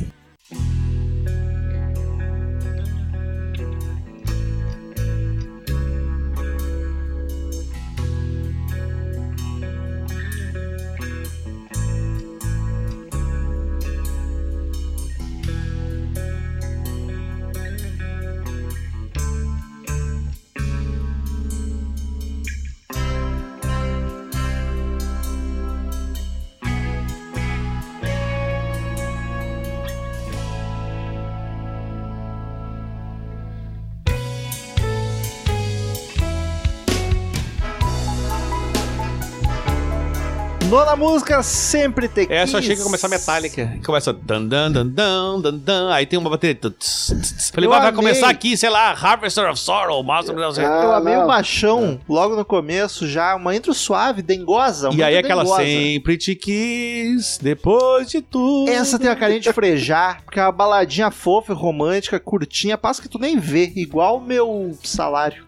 Nona música sempre tem Essa eu achei que ia começar metálica. Começa. Dan, dan, dan, dan, dan, dan. Aí tem uma bateria. Tss, tss, tss. Falei, Eu vai vai amei. É, começar aqui, sei lá, Harvester of Sorrow, Master of Ah, Eu amei não. o baixão logo no começo, já uma intro suave, dengosa. uma E aí intro aquela dengosa. sempre te quis, depois de tudo. Essa tem a carinha de frejar, porque é uma baladinha fofa, e romântica, curtinha, passa que tu nem vê, igual o meu salário.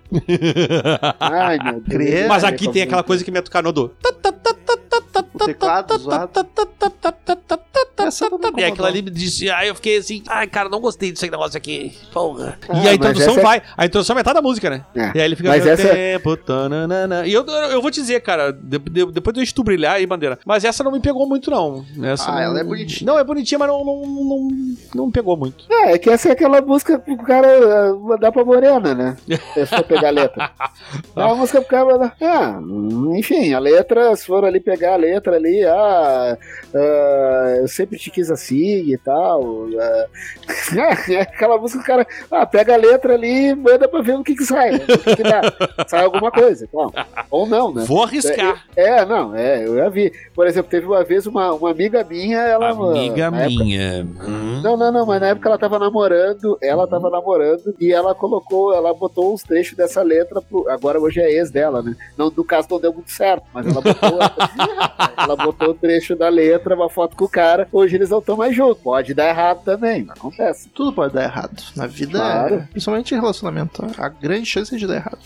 Ai, meu Deus. Credo. Mas aqui tem é. aquela coisa que me atucanou do. O teclado zoado. Essa não me E aquilo incomodou. ali me disse, aí eu fiquei assim, ai cara, não gostei desse negócio aqui, porra. Ah, e a mas introdução essa é- vai. A introdução é metade da música, né? É. E aí ele fica Mas "Meu essa- é tempo, tananana." E eu, eu eu vou te dizer, cara, de- de- depois deixa tu brilhar aí, bandeira. Mas essa não me pegou muito, não. Essa Ah, não- ela é bonitinha. Não, é bonitinha, mas não, não, não, não me pegou muito. É, é que essa é aquela música pro cara eh, mandar pra morena, né? É só pegar a letra. É uma música pro cara mandar. Ah, enfim, a letra, se for ali pegar a letra ali, ah, ah, eu sempre te quis assim e tal. ah. é aquela música que o cara, ah, pega a letra ali e manda pra ver o que que sai. Né? O que que dá. Sai alguma coisa. Bom, ou não, né? Vou arriscar. É, não, é, eu já vi. Por exemplo, teve uma vez uma, uma amiga minha, ela. Amiga na época- minha. não, não, não, mas na época ela tava namorando, ela tava namorando e ela colocou, ela botou uns trechos dessa letra pro. Agora hoje é ex dela, né? Não, no caso não deu muito certo, mas ela botou. ela botou o trecho da letra, uma foto com o cara. Hoje eles não estão mais juntos. Pode dar errado também, acontece. Tudo pode dar errado. Na vida, Claro. principalmente em relacionamento, a grande chance é de dar errado.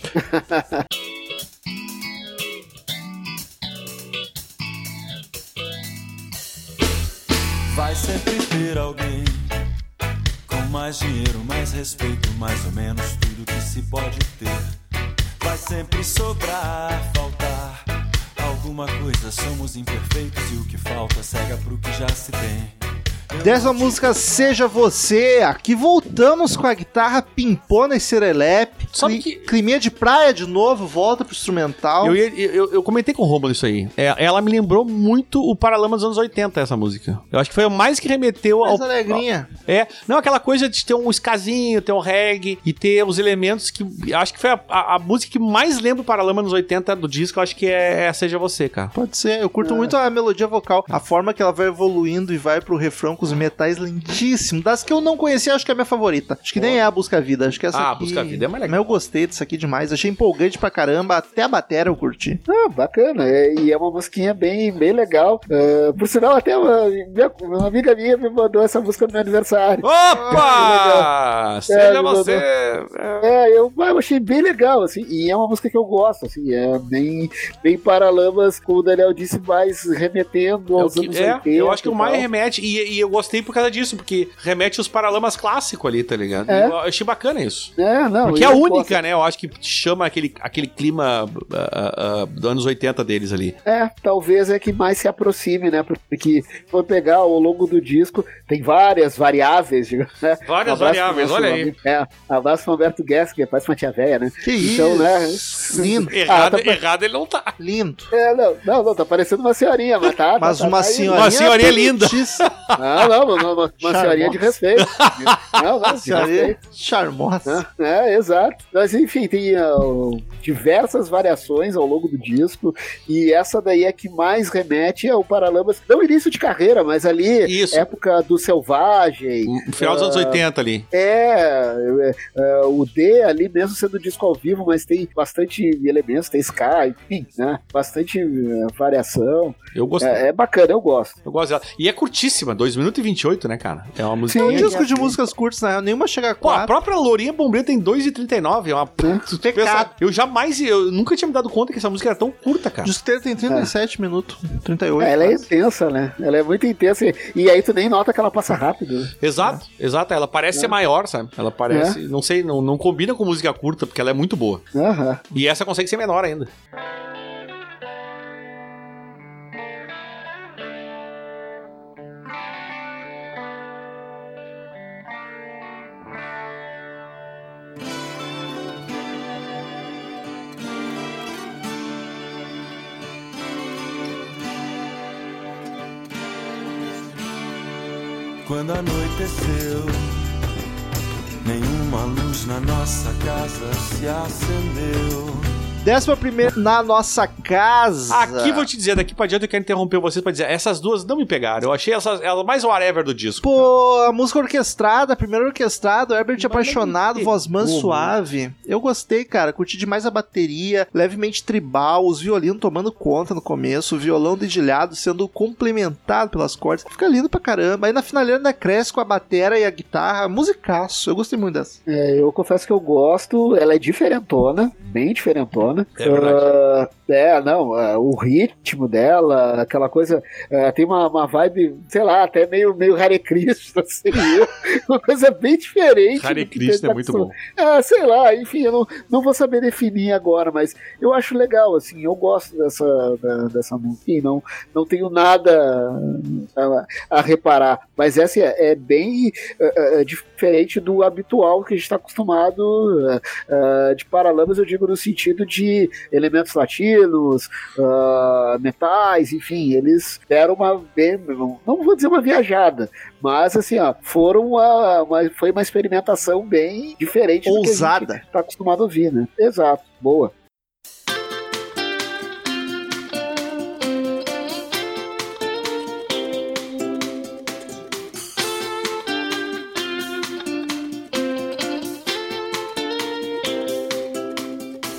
Vai sempre ter alguém com mais dinheiro, mais respeito, mais ou menos tudo que se pode ter. Vai sempre sobrar, faltar alguma coisa. Somos imperfeitos e o que falta cega pro que já se tem. Décima música, Seja Você. Aqui voltamos com a guitarra pimpona e serelepe. Sabe Cli- que- Climinha de praia de novo, volta pro instrumental. Eu, ia- eu, eu- eu comentei com o Romulo isso aí. É, ela me lembrou muito o Paralama dos anos 80, essa música. Eu acho que foi o mais que remeteu Mais ao. alegrinha. É, não aquela coisa de ter um escasinho, ter um reggae e ter os elementos que. Acho que foi a, a- a música que mais lembra o Paralama nos 80 do disco, eu acho que é, é Seja Você, cara. Pode ser, eu É. curto muito a melodia vocal, a forma que ela vai evoluindo e vai pro refrão com os metais lindíssimos. Das que eu não conhecia, acho que é a minha favorita. Acho que nem é a Busca Vida, acho que essa Ah, aqui- Busca Vida é mais legal. Mas eu gostei disso aqui demais, achei empolgante pra caramba, até a bateria eu curti. Ah, bacana. É, e é uma musiquinha bem, bem legal. Ah, por sinal, até uma, minha- uma amiga minha me mandou essa música no meu aniversário. Opa! Seja É, Você! É, eu, eu achei bem legal, assim, e é uma música que eu gosto, assim, é bem, bem paralamas, como o Daniel disse, mais remetendo É o aos que- anos é, 80. eu acho que e o mais tal. remete, e, e eu gostei por causa disso, porque remete os paralamas clássico ali, tá ligado? É. Eu achei bacana isso. É, não, Porque é eu a gosto. única, né? Eu acho que chama aquele, aquele clima ah, ah, ah, dos anos 80 deles ali. É, talvez é que mais se aproxime, né? Porque se for pegar ao longo do disco, tem várias variáveis, digamos, né? Várias abraço variáveis, pro nosso olha aí. amigo- É, abraço pro Alberto Guess, que parece uma tia velha, né? Que Então, isso? né? Lindo, Errado, tá- errado ele não tá. lindo. É, não, não, não, tá parecendo uma senhorinha, mas tá. Mas tá- tá uma aí. senhorinha. Uma senhorinha linda. bonitíssima. Ah, não, uma, uma, uma senhorinha de respeito. Não, não, Uma de respeito. senhorinha charmosa. É, é, exato. Mas enfim, tem ó, diversas variações ao longo do disco. E essa daí é que mais remete ao Paralamas. Não início de carreira, mas ali, Isso. época do Selvagem. No Final Ah. dos anos 80 ali. É, é, é, o D ali, mesmo sendo disco ao vivo, mas tem bastante elementos, tem Sky, enfim, né? Bastante é, variação. Eu gostei. É, é bacana, eu gosto. Eu gosto dela. E é curtíssima, 2 minutos e 28, né, cara? É uma É musiquinha. um disco de Sim. músicas curtas, na real, nenhuma chega a Pô, a quatro. própria Lourinha Bombril tem 2 e 39. É uma puta. Pecado. Eu jamais. Eu nunca tinha me dado conta que essa música era tão curta, O cara. disco inteiro tem 37 É. minutos, 38. É, ela é quase. intensa, né? Ela é muito intensa. E, e aí tu nem nota que ela passa rápido. né? Exato, exato. Ela parece É. ser maior, sabe? Ela parece. Não sei, não, não combina com música curta, porque ela é muito boa. Aham. E essa consegue ser menor ainda. Quando anoiteceu, nenhuma luz na nossa casa se acendeu. Décima primeira na nossa casa. Aqui vou te dizer, daqui pra diante eu quero interromper vocês pra dizer, essas duas não me pegaram. Eu achei essas, elas mais whatever do disco. Pô, a música orquestrada, a primeira orquestrada, o Herbert é apaixonado, voz mansa Uhum. suave. Eu gostei, cara. Curti demais a bateria, levemente tribal, os violinos tomando conta no começo, o violão dedilhado sendo complementado pelas cordas. Fica lindo pra caramba. Aí na finaleira ainda cresce com a bateria e a guitarra. Musicaço. Eu gostei muito dessa. É, eu confesso que eu gosto, ela é diferentona, bem diferentona. É verdade. Ah, é, não, ah, o ritmo dela, aquela coisa, ah, tem uma, uma vibe, sei lá, até meio, meio Hare Krishna, assim, uma coisa bem diferente. Hare do que Krishna tem é muito na- bom. Ah, sei lá, enfim, eu não, não vou saber definir agora, mas eu acho legal, assim, eu gosto dessa, da- dessa música, enfim, não, não tenho nada a, a reparar, mas essa é, é bem é, é, diferente do habitual que a gente está acostumado é, é, de Paralamas, eu digo no sentido de elementos latinos, é, metais, enfim, eles deram uma, bem- não não vou dizer uma viajada, mas assim, ó, foram uma, uma- foi uma experimentação bem diferente do que a Ousada. gente tá acostumado a ouvir, né? Exato, boa.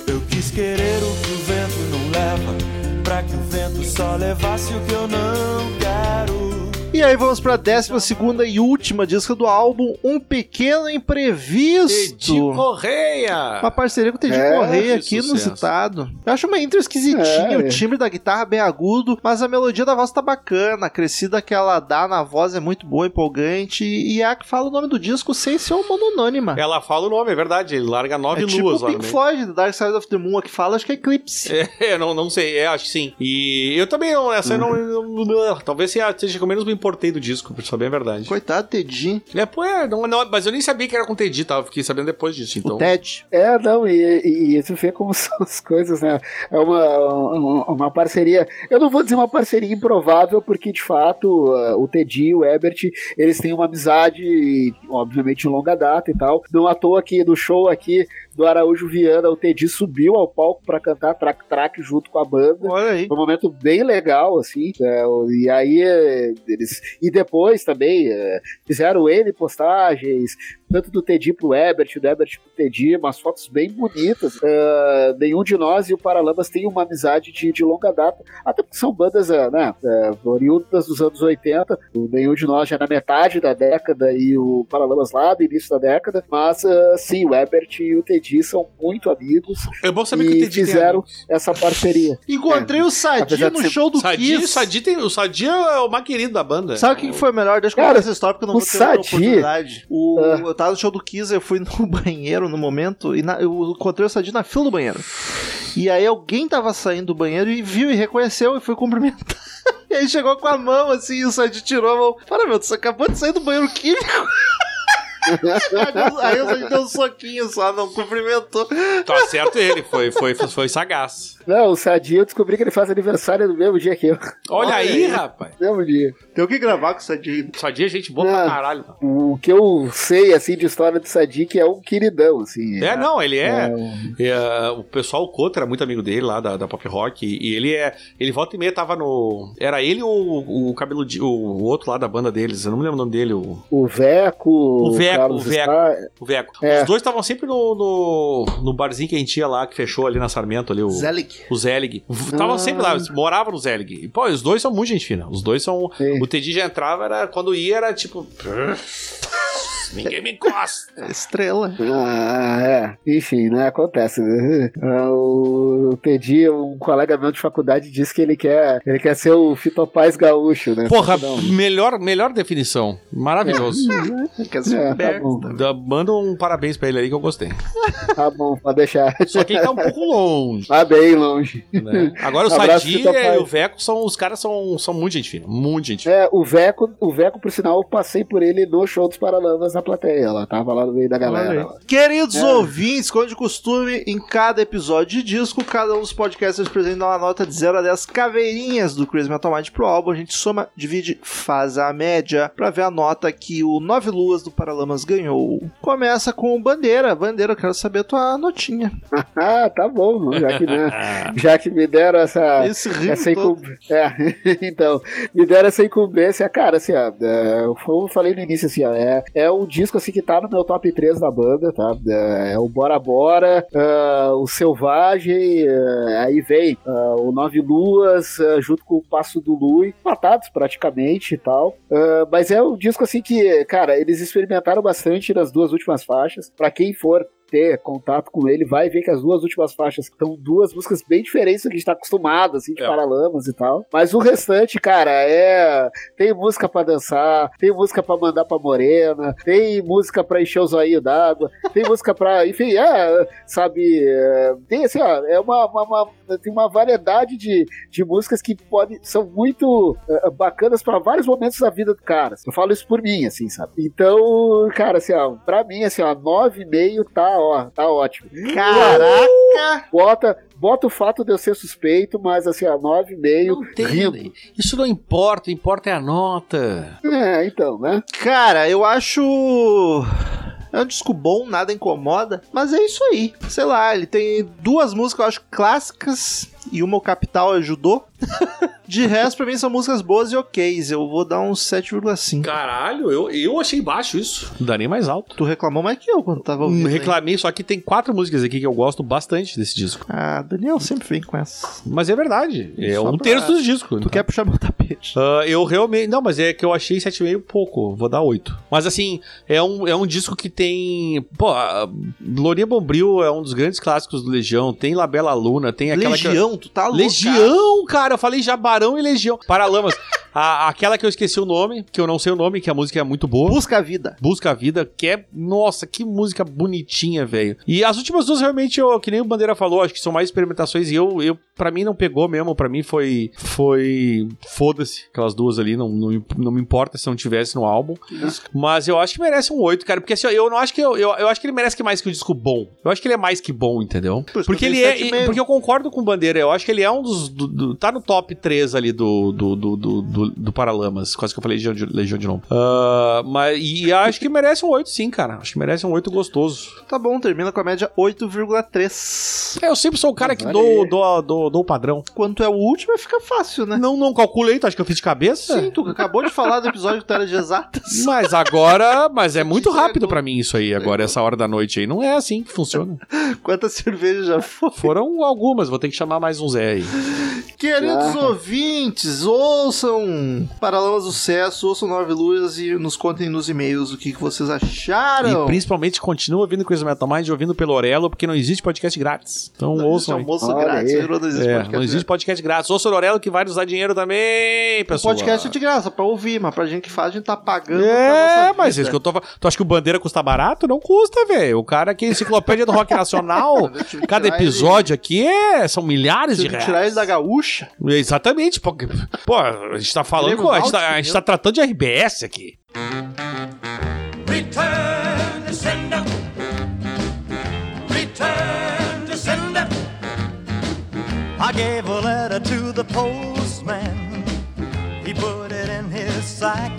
Eu quis querer o que o vento não leva, pra que o vento só levasse o que eu não quero. E aí vamos pra décima segunda e última disca do álbum, Um Pequeno Edi Imprevisto. Correia! Uma parceria com o Tedinho É, Correia aqui que no sucesso. citado. Eu acho uma intro esquisitinha, É. o timbre da guitarra bem agudo, mas a melodia da voz tá bacana, a crescida que ela dá na voz é muito boa, empolgante, e é a que fala o nome do disco sem ser uma mononônima. Ela fala o nome, é verdade. Ele larga É, nove tipo luas o lá no Pink meio. Floyd, The Dark Side of the Moon, a que fala, acho que é Eclipse. Uhum. É, não, não sei, é, acho que sim. E eu também não, essa eu não, não- não- ah, Talvez seja seja com menos me importei do disco, pra saber a verdade. Coitado, Tedinho. É, pô, é, não, não, mas eu nem sabia que era com Teddy, tá? Eu fiquei sabendo depois disso, então. O Ted. É, não, e, e, e tu vê como são as coisas, né? É uma, um- uma parceria. Eu não vou dizer uma parceria improvável, porque de fato ah, o Teddy e o Ebert, eles têm uma amizade, obviamente, de longa data e tal. Não à toa que no show aqui do Araújo Viana, o Teddy subiu ao palco pra cantar Track Track junto com a banda. Olha aí. Foi um momento bem legal, assim. né? E aí é, eles. E depois também é, fizeram ele postagens, tanto do Teddy pro Ebert, do Ebert pro Teddy, umas fotos bem bonitas. É, nenhum de nós e o Paralamas tem uma amizade de, de longa data. Até porque são bandas é, né, é, oriundas dos anos 80. O nenhum de nós já é na metade da década e o Paralamas lá do início da década. Mas é, sim, o Ebert e o Teddy são muito amigos. É bom saber que E o Teddy fizeram- tem. amigos. Essa parceria. Encontrei o Sadi é. Apesar de no ser show do Sadi, Kiss. Sadi tem. O Sadi é o mais querido da banda. Sabe o que que foi melhor? Deixa eu Cara, contar essa história porque eu não o vou ter outra Sadi- oportunidade. O, Ah. Eu tava no show do Kiss, eu fui no banheiro no momento e na- eu encontrei o Sadi na fila do banheiro. E aí alguém tava saindo do banheiro e viu e reconheceu e foi cumprimentar. E aí chegou com a mão assim e o Sadi tirou a mão. Para, meu, você acabou de sair do banheiro químico. aí o Sadi deu um soquinho só, não cumprimentou. Tá certo ele, foi, foi, foi, foi sagaz. Não, o Sadi, eu descobri que ele faz aniversário no mesmo dia que eu. Olha, Olha aí, aí. rapaz. Mesmo dia. Tem que gravar com o Sadi. Sadi é gente boa pra Não. caralho. O que eu sei, assim, de história do Sadi, que é um queridão, assim. É, não, ele é. É, É, o pessoal, o Cotter era muito amigo dele lá da, da Pop Rock. E, e ele é. Ele volta e meia tava no. Era ele ou o, o cabelo. de- O, o outro lá da banda deles. Eu não me lembro o nome dele. O, o Veco. O Veco, Carlos o Veco. Star- o Veco. É. Os dois estavam sempre no, no. no barzinho que a gente ia lá, que fechou ali na Sarmento ali. O, Zelig. o Zelig. Estavam Ah. sempre lá, eles moravam no Zelig. E, pô, os dois são muito gente fina. Os dois são. Sim. O Teddy já entrava, era, quando ia, era tipo. Ninguém me É encosta. É Estrela. Ah, é. Enfim, né? Acontece. né? Ah, O Teddy, um colega meu de faculdade, disse que ele quer, ele quer ser o Fitopaz Gaúcho, né? Porra, Não. melhor, melhor definição. Maravilhoso. Quer ser É, tá Berg. bom, Da- Manda um parabéns pra ele aí que eu gostei. tá bom, pode deixar. Só que ele tá um pouco longe, Tá bem longe. né? Agora o Abraço, Sadi Vitor Pai. e o Veco são. Os caras são, são muito gente fina. Muito gente fina. É, o Veco, o Veco, por sinal, eu passei por ele no show dos Paralamas na plateia. Ela tava lá no meio da galera. lá. Queridos É. ouvintes, como de costume, em cada episódio de disco, cada um dos podcasters presente dá uma nota de 0 a 10 caveirinhas do Crazy Metal Mind pro álbum. A gente soma, divide, faz a média pra ver a nota que o Nove Luas do Paralamas ganhou. Começa com o Bandeira. Bandeira, eu quero saber a tua notinha. Ah, tá bom, já que, né, já que me deram essa. Esse Essa ritmo todo. incum... é, então, me deram essa incumbência, cara, assim, ó, é, como eu falei no início, assim, ó, é, é um disco, assim, que tá no meu top 3 da banda, tá, é, é o Bora Bora, é, o Selvagem, é, aí vem é, o Nove Luas, é, junto com o Passo do Lui, matados praticamente e tal, é, mas é um disco, assim, que, cara, eles experimentaram bastante nas duas últimas faixas, pra quem for ter contato com ele, vai ver que as duas últimas faixas são duas músicas bem diferentes do que a gente tá acostumado, assim, de É. Paralamas e tal. Mas o restante, cara, é. Tem música pra dançar, tem música pra mandar pra morena, tem música pra encher o zoinho d'água, tem música pra. Enfim, é, sabe. é, Tem assim, ó, é uma, uma- uma- Tem uma variedade de, de músicas que podem. São muito é, bacanas pra vários momentos da vida do cara. Eu falo isso por mim, assim, sabe? Então, cara, assim, ó, pra mim, assim, ó, 9,5 tá, ó, tá ótimo. Caraca! Bota, bota o fato de eu ser suspeito, mas assim, ó, 9,5, rindo. Isso não importa, o que importa é a nota. É, então, né? Cara, eu acho. É um disco bom, nada incomoda, mas é isso aí. Sei lá, ele tem duas músicas, eu acho, clássicas, e uma o Capital ajudou. De resto, pra mim, são músicas boas e ok's. Eu vou dar um 7,5. Caralho, eu, eu achei baixo isso. Não dá nem mais alto. Tu reclamou mais que eu quando tava Hum, ouvindo. hein? reclamei, só que tem quatro músicas aqui que eu gosto bastante desse disco. Ah, Daniel sempre vem com essa. Mas é verdade. É Só um pra- terço do disco. Tu quer puxar meu tapete? Ah, eu realmente. Não, mas é que eu achei 7,5 pouco. Vou dar 8. Mas assim, é um, é um disco que tem. Pô, a- Lourinha Bombril é um dos grandes clássicos do Legião. Tem Labela Luna, tem aquela. que- Legião, tu tá louco. Legião, cara. Eu falei Jabarão e Legião. Paralamas. A- aquela que eu esqueci o nome, que eu não sei o nome, que a música é muito boa. Busca a vida. Busca a Vida, que é. Nossa, que música bonitinha, velho. E as últimas duas, realmente, eu, que nem o Bandeira falou, acho que são mais experimentações. E eu, eu para mim, não pegou mesmo. Pra mim foi. Foi. Foda-se, aquelas duas ali. Não, não, me- não me importa se não tivesse no álbum. Mas eu acho que merece um 8, cara. Porque assim, ó, eu não acho que. Eu, eu, eu acho que ele merece que mais que o disco bom. Eu acho que ele é mais que bom, entendeu? Por isso que porque eu ele dei sete e é. meio. Porque eu concordo com o Bandeira. Eu acho que ele é um dos. do- do- tá no top 3 ali do. Do, do, do, do, do Paralamas. Quase que eu falei Legião de, Legião de novo. Ah, mas, e acho que merece um 8, sim, cara. Acho que merece um 8 gostoso. Tá bom, termina com a média 8,3. É, eu sempre sou o cara que Olha dou, aí. dou, dou, dou o padrão. Quanto é o último, fica fácil, né? Não, não calculei, tu acha que eu fiz de cabeça? Sim, tu acabou de falar do episódio que tu era de exatas. Mas agora, mas é muito rápido pra mim isso aí. Agora, essa hora da noite aí, não é assim que funciona. Quantas cervejas já foi? Foram algumas, vou ter que chamar mais um Zé aí. Queridos Ah. ouvintes, ouçam Paralamas do Sucesso, ouçam Nove Luas e nos contem nos e-mails o que, que vocês acharam. E principalmente continua ouvindo Crazy Metal Mind, ouvindo pelo Orelo, porque não existe podcast grátis. Então ouçam Esse aí. almoço Olha grátis, aí. virou não existe É, podcast. né? não existe podcast grátis. Ouça o Orelo que vai nos dar dinheiro também, O pessoal. podcast é de graça, pra ouvir, mas pra gente que faz, a gente tá pagando. pra É, nossa mas vida. isso que eu tô falando. Tu acha que o Bandeira custa barato? Não custa, velho. O cara que é enciclopédia do rock nacional, Eu tive que cada tirar ele- episódio aqui é, são milhares de Tive que tirar reais. ele da gaúcha. Exatamente. Pô, que- pô, a gente tá falando, Grêmio com- a, gente tá, Náutico, a gente tá tratando de RBS aqui. Return to sender. Return to sender. I gave a letter to the postman. He put it in his sack.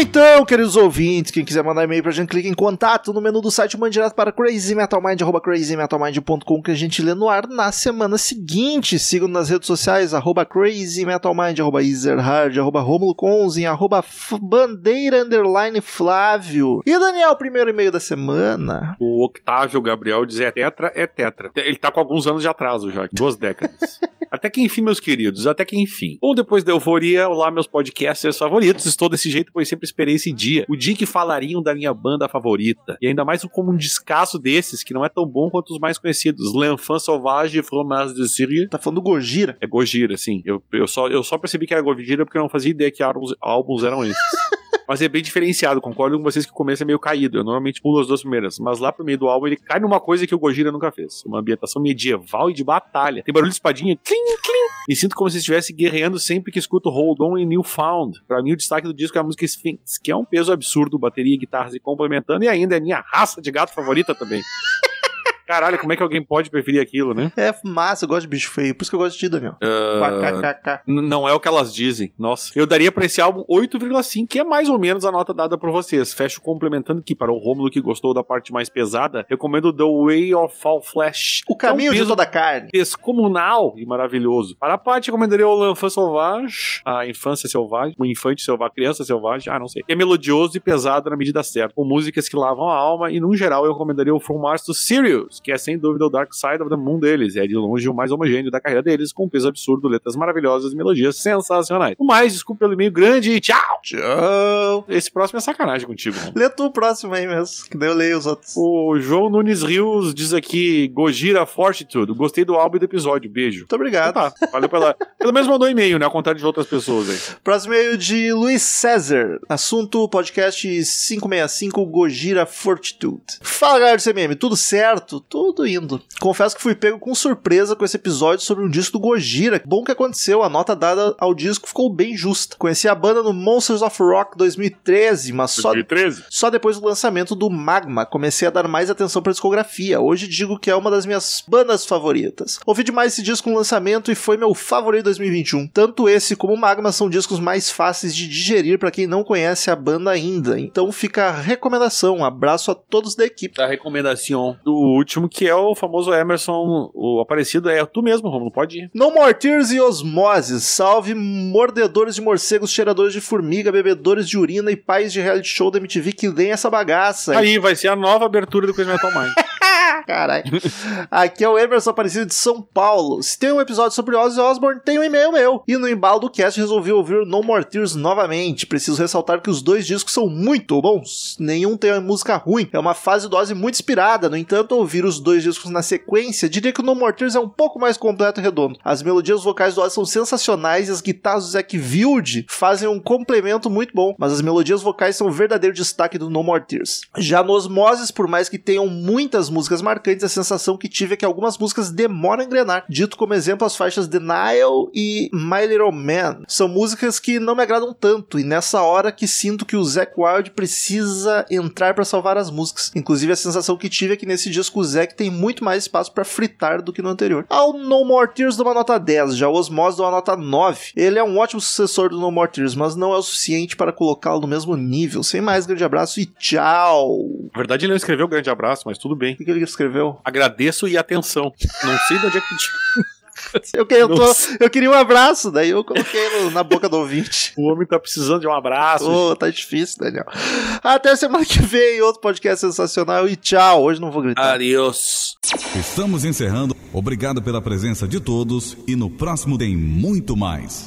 Então, queridos ouvintes, quem quiser mandar e-mail pra gente, clique em contato no menu do site, mande direto para crazymetalmind, arroba crazymetalmind.com que a gente lê no ar na semana seguinte. Sigam nas redes sociais, arroba crazymetalmind, arroba ezerhard, arroba romuloconzin, arroba f- bandeira, underline, flávio. E Daniel, primeiro e-mail da semana. O Octávio Gabriel diz é tetra, é tetra. Ele tá com alguns anos de atraso já, duas décadas. até que enfim, meus queridos, até que enfim. Bom, depois da euforia, olá meus podcasters favoritos. Estou desse jeito, pois sempre esperei esse dia. O dia que falariam da minha banda favorita. E ainda mais como um descasso desses, que não é tão bom quanto os mais conhecidos. L'Enfant Sauvage, Fromage de Syrie. Tá falando do Gojira. É Gojira, sim. Eu, eu, só, eu só percebi que era Gojira porque eu não fazia ideia que álbuns, álbuns eram esses. Mas é bem diferenciado, concordo com vocês que o começo é meio caído. Eu normalmente pulo as duas primeiras, mas lá pro meio do álbum ele cai numa coisa que o Gojira nunca fez: uma ambientação medieval e de batalha. Tem barulho de espadinha, clim, clim. Me sinto como se estivesse guerreando sempre que escuto Hold On e Newfound. Pra mim, o destaque do disco é a música Sphinx, que é um peso absurdo, bateria e guitarras se complementando, e ainda é minha raça de gato favorita também. Caralho, como é que alguém pode preferir aquilo, né? É massa, eu gosto de bicho feio, por isso que eu gosto de ti, Daniel. KKKK. N- Não é o que elas dizem. Nossa. Eu daria pra esse álbum 8,5, que é mais ou menos a nota dada por vocês. Fecho complementando que para o Rômulo que gostou da parte mais pesada, recomendo The Way of Fall Flash. O caminho é um de peso toda carne. descomunal e maravilhoso. Para a parte, recomendaria o L'Enfant Sauvage, a Infância Selvagem, o Infante Selvagem, a Criança Selvagem, ah, não sei. É melodioso e pesado na medida certa, com músicas que lavam a alma e, num geral, eu recomendaria o From Mars to Sirius, que é sem dúvida o Dark Side of the Moon deles, é de longe o mais homogêneo da carreira deles, com um peso absurdo, letras maravilhosas e melodias sensacionais. No mais, desculpa pelo meio grande e tchau! Tchau! Esse próximo é sacanagem contigo, mano. Lê tu o próximo aí mesmo, que daí eu leio os outros. O João Nunes Rios diz aqui, Gojira Fortitude, gostei do álbum e do episódio, beijo. Muito obrigado. Então tá, valeu pela. Pelo menos mandou e-mail, né? Ao contrário de outras pessoas aí. Próximo e-mail de Luiz César. Assunto podcast 565 Gojira Fortitude. Fala galera do CMM, tudo certo? Tudo indo. Confesso que fui pego com surpresa com esse episódio sobre um disco do Gojira. Bom que aconteceu, a nota dada ao disco ficou bem justa. Conheci a banda no Monsters of Rock 2013, mas só 2013? só depois do lançamento do Magma comecei a dar mais atenção pra discografia. Hoje digo que é uma das minhas bandas favoritas. Ouvi demais esse disco no lançamento e foi meu favorito 2021. Tanto esse como o Magma são discos mais fáceis de digerir pra quem não conhece a banda ainda. Então fica a recomendação. Um abraço a todos da equipe. Da recomendação. O Então, último, que é o famoso Emerson, o aparecido, é tu mesmo, Romulo, pode ir. No More Tears e Osmoses, salve mordedores de morcegos, cheiradores de formiga, bebedores de urina e Tá pais de reality show da MTV que leem essa bagaça. Aí, vai ser a nova abertura do Coisa Metal Mind. Caralho. Aqui é o Emerson Aparecido de São Paulo. Se tem um episódio sobre Ozzy Osbourne, tem um e-mail meu. E no embalo do cast resolvi ouvir No More Tears novamente. Preciso ressaltar que os dois discos são muito bons. Nenhum tem uma música ruim. É uma fase do Ozzy muito inspirada. No entanto, ouvir os dois discos na sequência, diria que o No More Tears é um pouco mais completo e redondo. As melodias vocais do Ozzy são sensacionais e as guitarras do Zack Wilde fazem um complemento muito bom. Mas as melodias vocais são o verdadeiro destaque do No More Tears. Já no Osmoses, por mais que tenham muitas músicas marcantes, a sensação que tive é que algumas músicas demoram a engrenar. Dito como exemplo as faixas Denial e My Little Man. São músicas que não me agradam tanto, e nessa hora que sinto que o Zack Wild precisa entrar para salvar as músicas. Inclusive, a sensação que tive é que nesse disco o Zack tem muito mais espaço para fritar do que no anterior. Ao No More Tears dou uma nota 10, já o Osmose dou uma nota 9. Ele é um ótimo sucessor do No More Tears, mas não é o suficiente para colocá-lo no mesmo nível. Sem mais, grande abraço e tchau! O Na verdade, ele não escreveu grande abraço, mas tudo bem. que que ele escreveu? Agradeço e atenção. Não sei de onde é que. Eu, que- eu tô- eu queria um abraço, daí eu coloquei no- na boca do ouvinte. O homem tá precisando de um abraço. Ô, tá difícil, Daniel. Até semana que vem, outro podcast sensacional e tchau. Hoje não vou Ah, gritar. Adiós. Estamos encerrando. Obrigado pela presença de todos e no próximo tem muito mais.